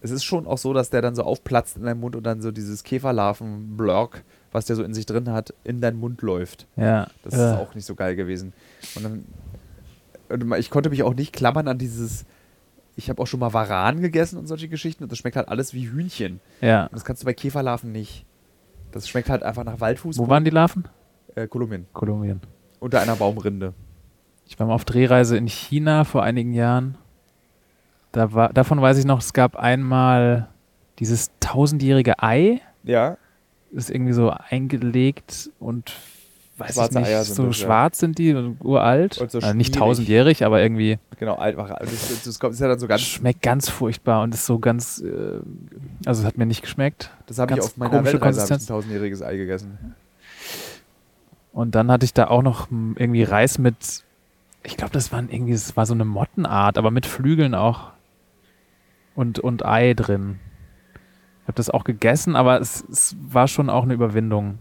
Es ist schon auch so, dass der dann so aufplatzt in deinem Mund und dann so dieses Käferlarven-Blurk, was der so in sich drin hat, in deinen Mund läuft.
Ja. äh,
Das ist auch nicht so geil gewesen. Und dann, und ich konnte mich auch nicht klammern an dieses. Ich habe auch schon mal Varan gegessen und solche Geschichten und das schmeckt halt alles wie Hühnchen. Und
Ja.
das kannst du bei Käferlarven nicht. Das schmeckt halt einfach nach Waldfuß.
Wo waren die Larven?
Äh, Kolumbien.
Kolumbien.
Unter einer Baumrinde.
Ich war mal auf Drehreise in China vor einigen Jahren. Da war, davon weiß ich noch, es gab einmal dieses tausendjährige Ei,
Ja.
ist irgendwie so eingelegt und weiß
Schwarze
ich nicht,
Eier sind
so
das, ja.
schwarz sind die und uralt.
Und so
also nicht
schmierig.
tausendjährig, aber irgendwie
Genau, einfach. Das, das, das kommt- ist ja dann so ganz.
schmeckt ganz furchtbar und ist so ganz, äh, also es hat mir nicht geschmeckt.
Das habe ich
ganz
auf meiner
komische
Weltreise hab ich ein
Konsistenz.
tausendjähriges Ei gegessen.
Und dann hatte ich da auch noch hm, irgendwie Reis mit, ich glaube, das waren irgendwie, es war so eine Mottenart, aber mit Flügeln auch und, und Ei drin. Ich habe das auch gegessen, aber es, es war schon auch eine Überwindung,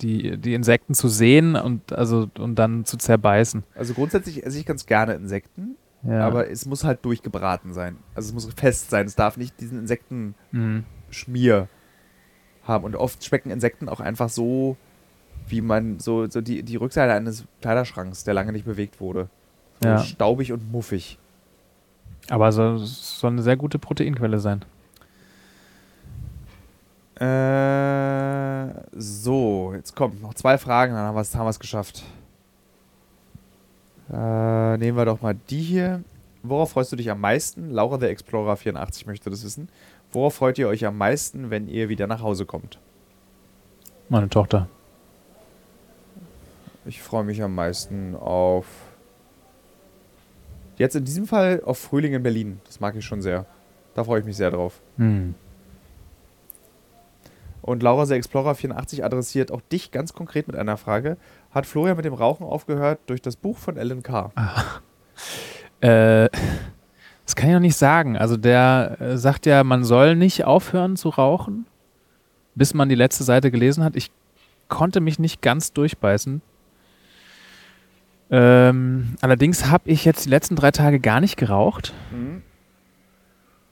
die, die Insekten zu sehen und, also, und dann zu zerbeißen.
Also grundsätzlich esse ich ganz gerne Insekten,
Ja.
aber es muss halt durchgebraten sein. Also es muss fest sein. Es darf nicht diesen Insekten.
Mhm.
Schmier haben. Und oft schmecken Insekten auch einfach so, wie man so, so die, die Rückseite eines Kleiderschranks, der lange nicht bewegt wurde. So
Ja.
Staubig und muffig.
Aber so, soll eine sehr gute Proteinquelle sein.
Äh, so, jetzt kommt noch zwei Fragen, dann haben wir es haben wir's geschafft. Äh, nehmen wir doch mal die hier. Worauf freust du dich am meisten? Laura the Explorer 84 möchte das wissen. Worauf freut ihr euch am meisten, wenn ihr wieder nach Hause kommt?
Meine Tochter.
Ich freue mich am meisten auf. Jetzt in diesem Fall auf Frühling in Berlin. Das mag ich schon sehr. Da freue ich mich sehr drauf.
Hm.
Und Laura the Explorer 84 adressiert auch dich ganz konkret mit einer Frage. Hat Florian mit dem Rauchen aufgehört durch das Buch von Ellen K.
Ah. Äh, das kann ich noch nicht sagen. Also der äh, sagt ja, man soll nicht aufhören zu rauchen, bis man die letzte Seite gelesen hat. Ich konnte mich nicht ganz durchbeißen. Ähm, allerdings habe ich jetzt die letzten drei Tage gar nicht geraucht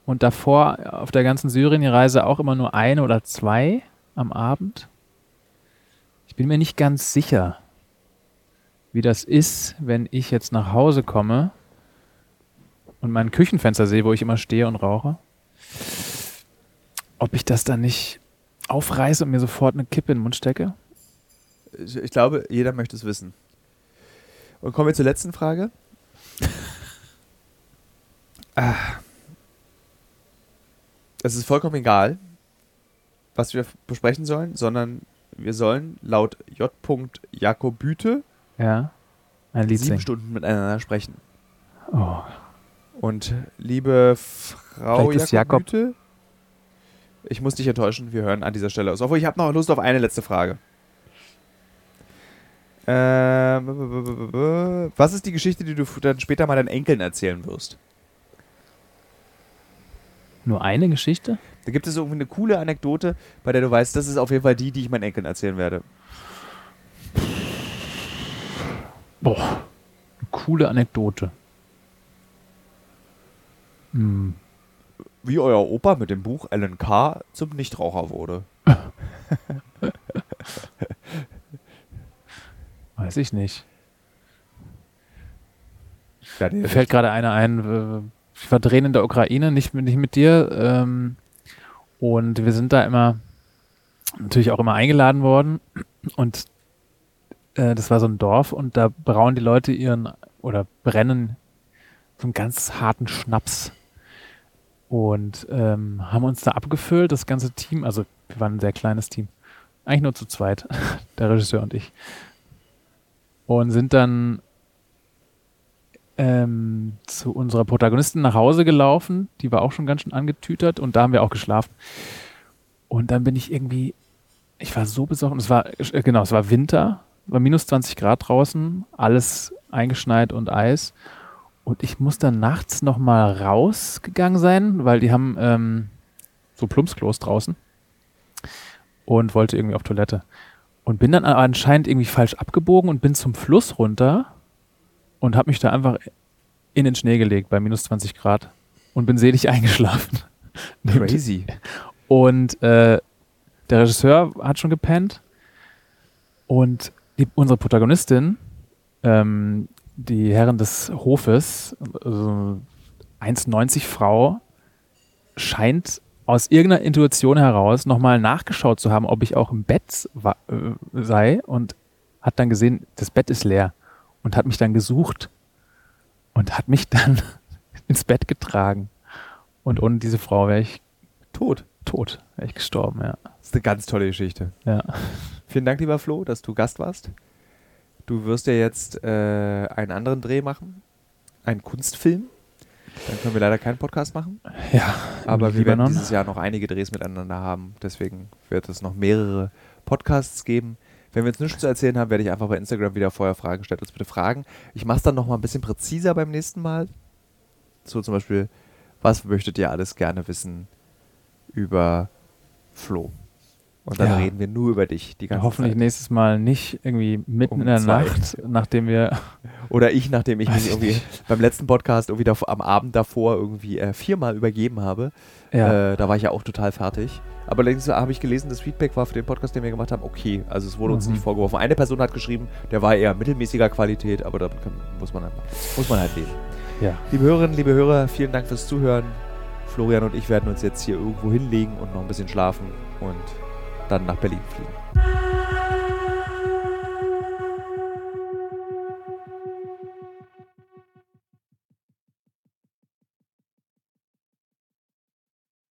und davor auf der ganzen Syrien-Reise auch immer nur eine oder zwei am Abend. Ich bin mir nicht ganz sicher, wie das ist, wenn ich jetzt nach Hause komme und mein Küchenfenster sehe, wo ich immer stehe und rauche, ob ich das dann nicht aufreiße und mir sofort eine Kippe in den Mund stecke.
Ich, ich glaube, jeder möchte es wissen. Und kommen wir zur letzten Frage. Ah. Es ist vollkommen egal, was wir besprechen sollen, sondern wir sollen laut J. Jakobüte
Ja. Ein Lied
sieben
singen.
Stunden miteinander sprechen.
Oh.
Und liebe Frau
Vielleicht ist Jakob-
Jakobüte, ich muss dich enttäuschen, wir hören an dieser Stelle aus. Obwohl, ich habe noch Lust auf eine letzte Frage. Ähm, was ist die Geschichte, die du f- dann später mal deinen Enkeln erzählen wirst?
Nur eine Geschichte?
Da gibt es irgendwie eine coole Anekdote, bei der du weißt, das ist auf jeden Fall die, die ich meinen Enkeln erzählen werde.
Boah. Eine coole Anekdote. Hm.
Wie euer Opa mit dem Buch Alan K. zum Nichtraucher wurde.
Weiß ich nicht.
Ja, der-
Mir fällt gerade einer ein. äh, Ich war drehen in der Ukraine, nicht, mit- nicht mit dir. Ähm, und wir sind da immer, natürlich auch immer eingeladen worden. Und äh, das war so ein Dorf und da brauen die Leute ihren oder brennen so einen ganz harten Schnaps. Und ähm, haben uns da abgefüllt, das ganze Team. Also wir waren ein sehr kleines Team. Eigentlich nur zu zweit, der Regisseur und ich. Und sind dann ähm, zu unserer Protagonistin nach Hause gelaufen. Die war auch schon ganz schön angetütert und da haben wir auch geschlafen. Und dann bin ich irgendwie, ich war so besoffen, es war, äh, genau, es war Winter war minus 20 Grad draußen, alles eingeschneit und Eis. Und ich muss dann nachts nochmal rausgegangen sein, weil die haben ähm, so Plumpsklos draußen und wollte irgendwie auf Toilette. Und bin dann anscheinend irgendwie falsch abgebogen und bin zum Fluss runter und habe mich da einfach in den Schnee gelegt bei minus 20 Grad und bin selig eingeschlafen.
Crazy.
Und äh, der Regisseur hat schon gepennt und die, unsere Protagonistin, ähm, die Herren des Hofes, also 1,90 Frau, scheint aus irgendeiner Intuition heraus nochmal nachgeschaut zu haben, ob ich auch im Bett wa- äh, sei und hat dann gesehen, das Bett ist leer und hat mich dann gesucht und hat mich dann ins Bett getragen. Und ohne diese Frau wäre ich
Tot.
tot, wäre ich gestorben, ja.
Das ist eine ganz tolle Geschichte.
ja.
Vielen Dank, lieber Flo, dass du Gast warst. Du wirst ja jetzt äh, einen anderen Dreh machen, einen Kunstfilm. Dann können wir leider keinen Podcast machen.
Ja,
Aber wir werden
Libanon.
dieses Jahr noch einige Drehs miteinander haben. Deswegen wird es noch mehrere Podcasts geben. Wenn wir jetzt nichts zu erzählen haben, werde ich einfach bei Instagram wieder vorher fragen. Stellt uns bitte Fragen. Ich mache es dann nochmal ein bisschen präziser beim nächsten Mal. So zum Beispiel, was möchtet ihr alles gerne wissen über Flo? Und dann
Ja.
reden wir nur über dich die ganze
Hoffentlich
Zeit.
nächstes Mal nicht irgendwie mitten
Um
in der
zwei.
Nacht, nachdem wir.
Oder ich, nachdem ich
Weiß
mich
ich
irgendwie beim letzten Podcast irgendwie dav- am Abend davor irgendwie äh, viermal übergeben habe.
Ja,
Äh, da war ich ja auch total fertig. Aber allerdings habe ich gelesen, das Feedback war für den Podcast, den wir gemacht haben, okay. Also es wurde uns
Mhm.
nicht vorgeworfen. Eine Person hat geschrieben, der war eher mittelmäßiger Qualität, aber damit kann, muss, man halt, muss man halt leben.
ja.
Liebe Hörerinnen, liebe Hörer, vielen Dank fürs Zuhören. Florian und ich werden uns jetzt hier irgendwo hinlegen und noch ein bisschen schlafen und dann nach Berlin fliegen.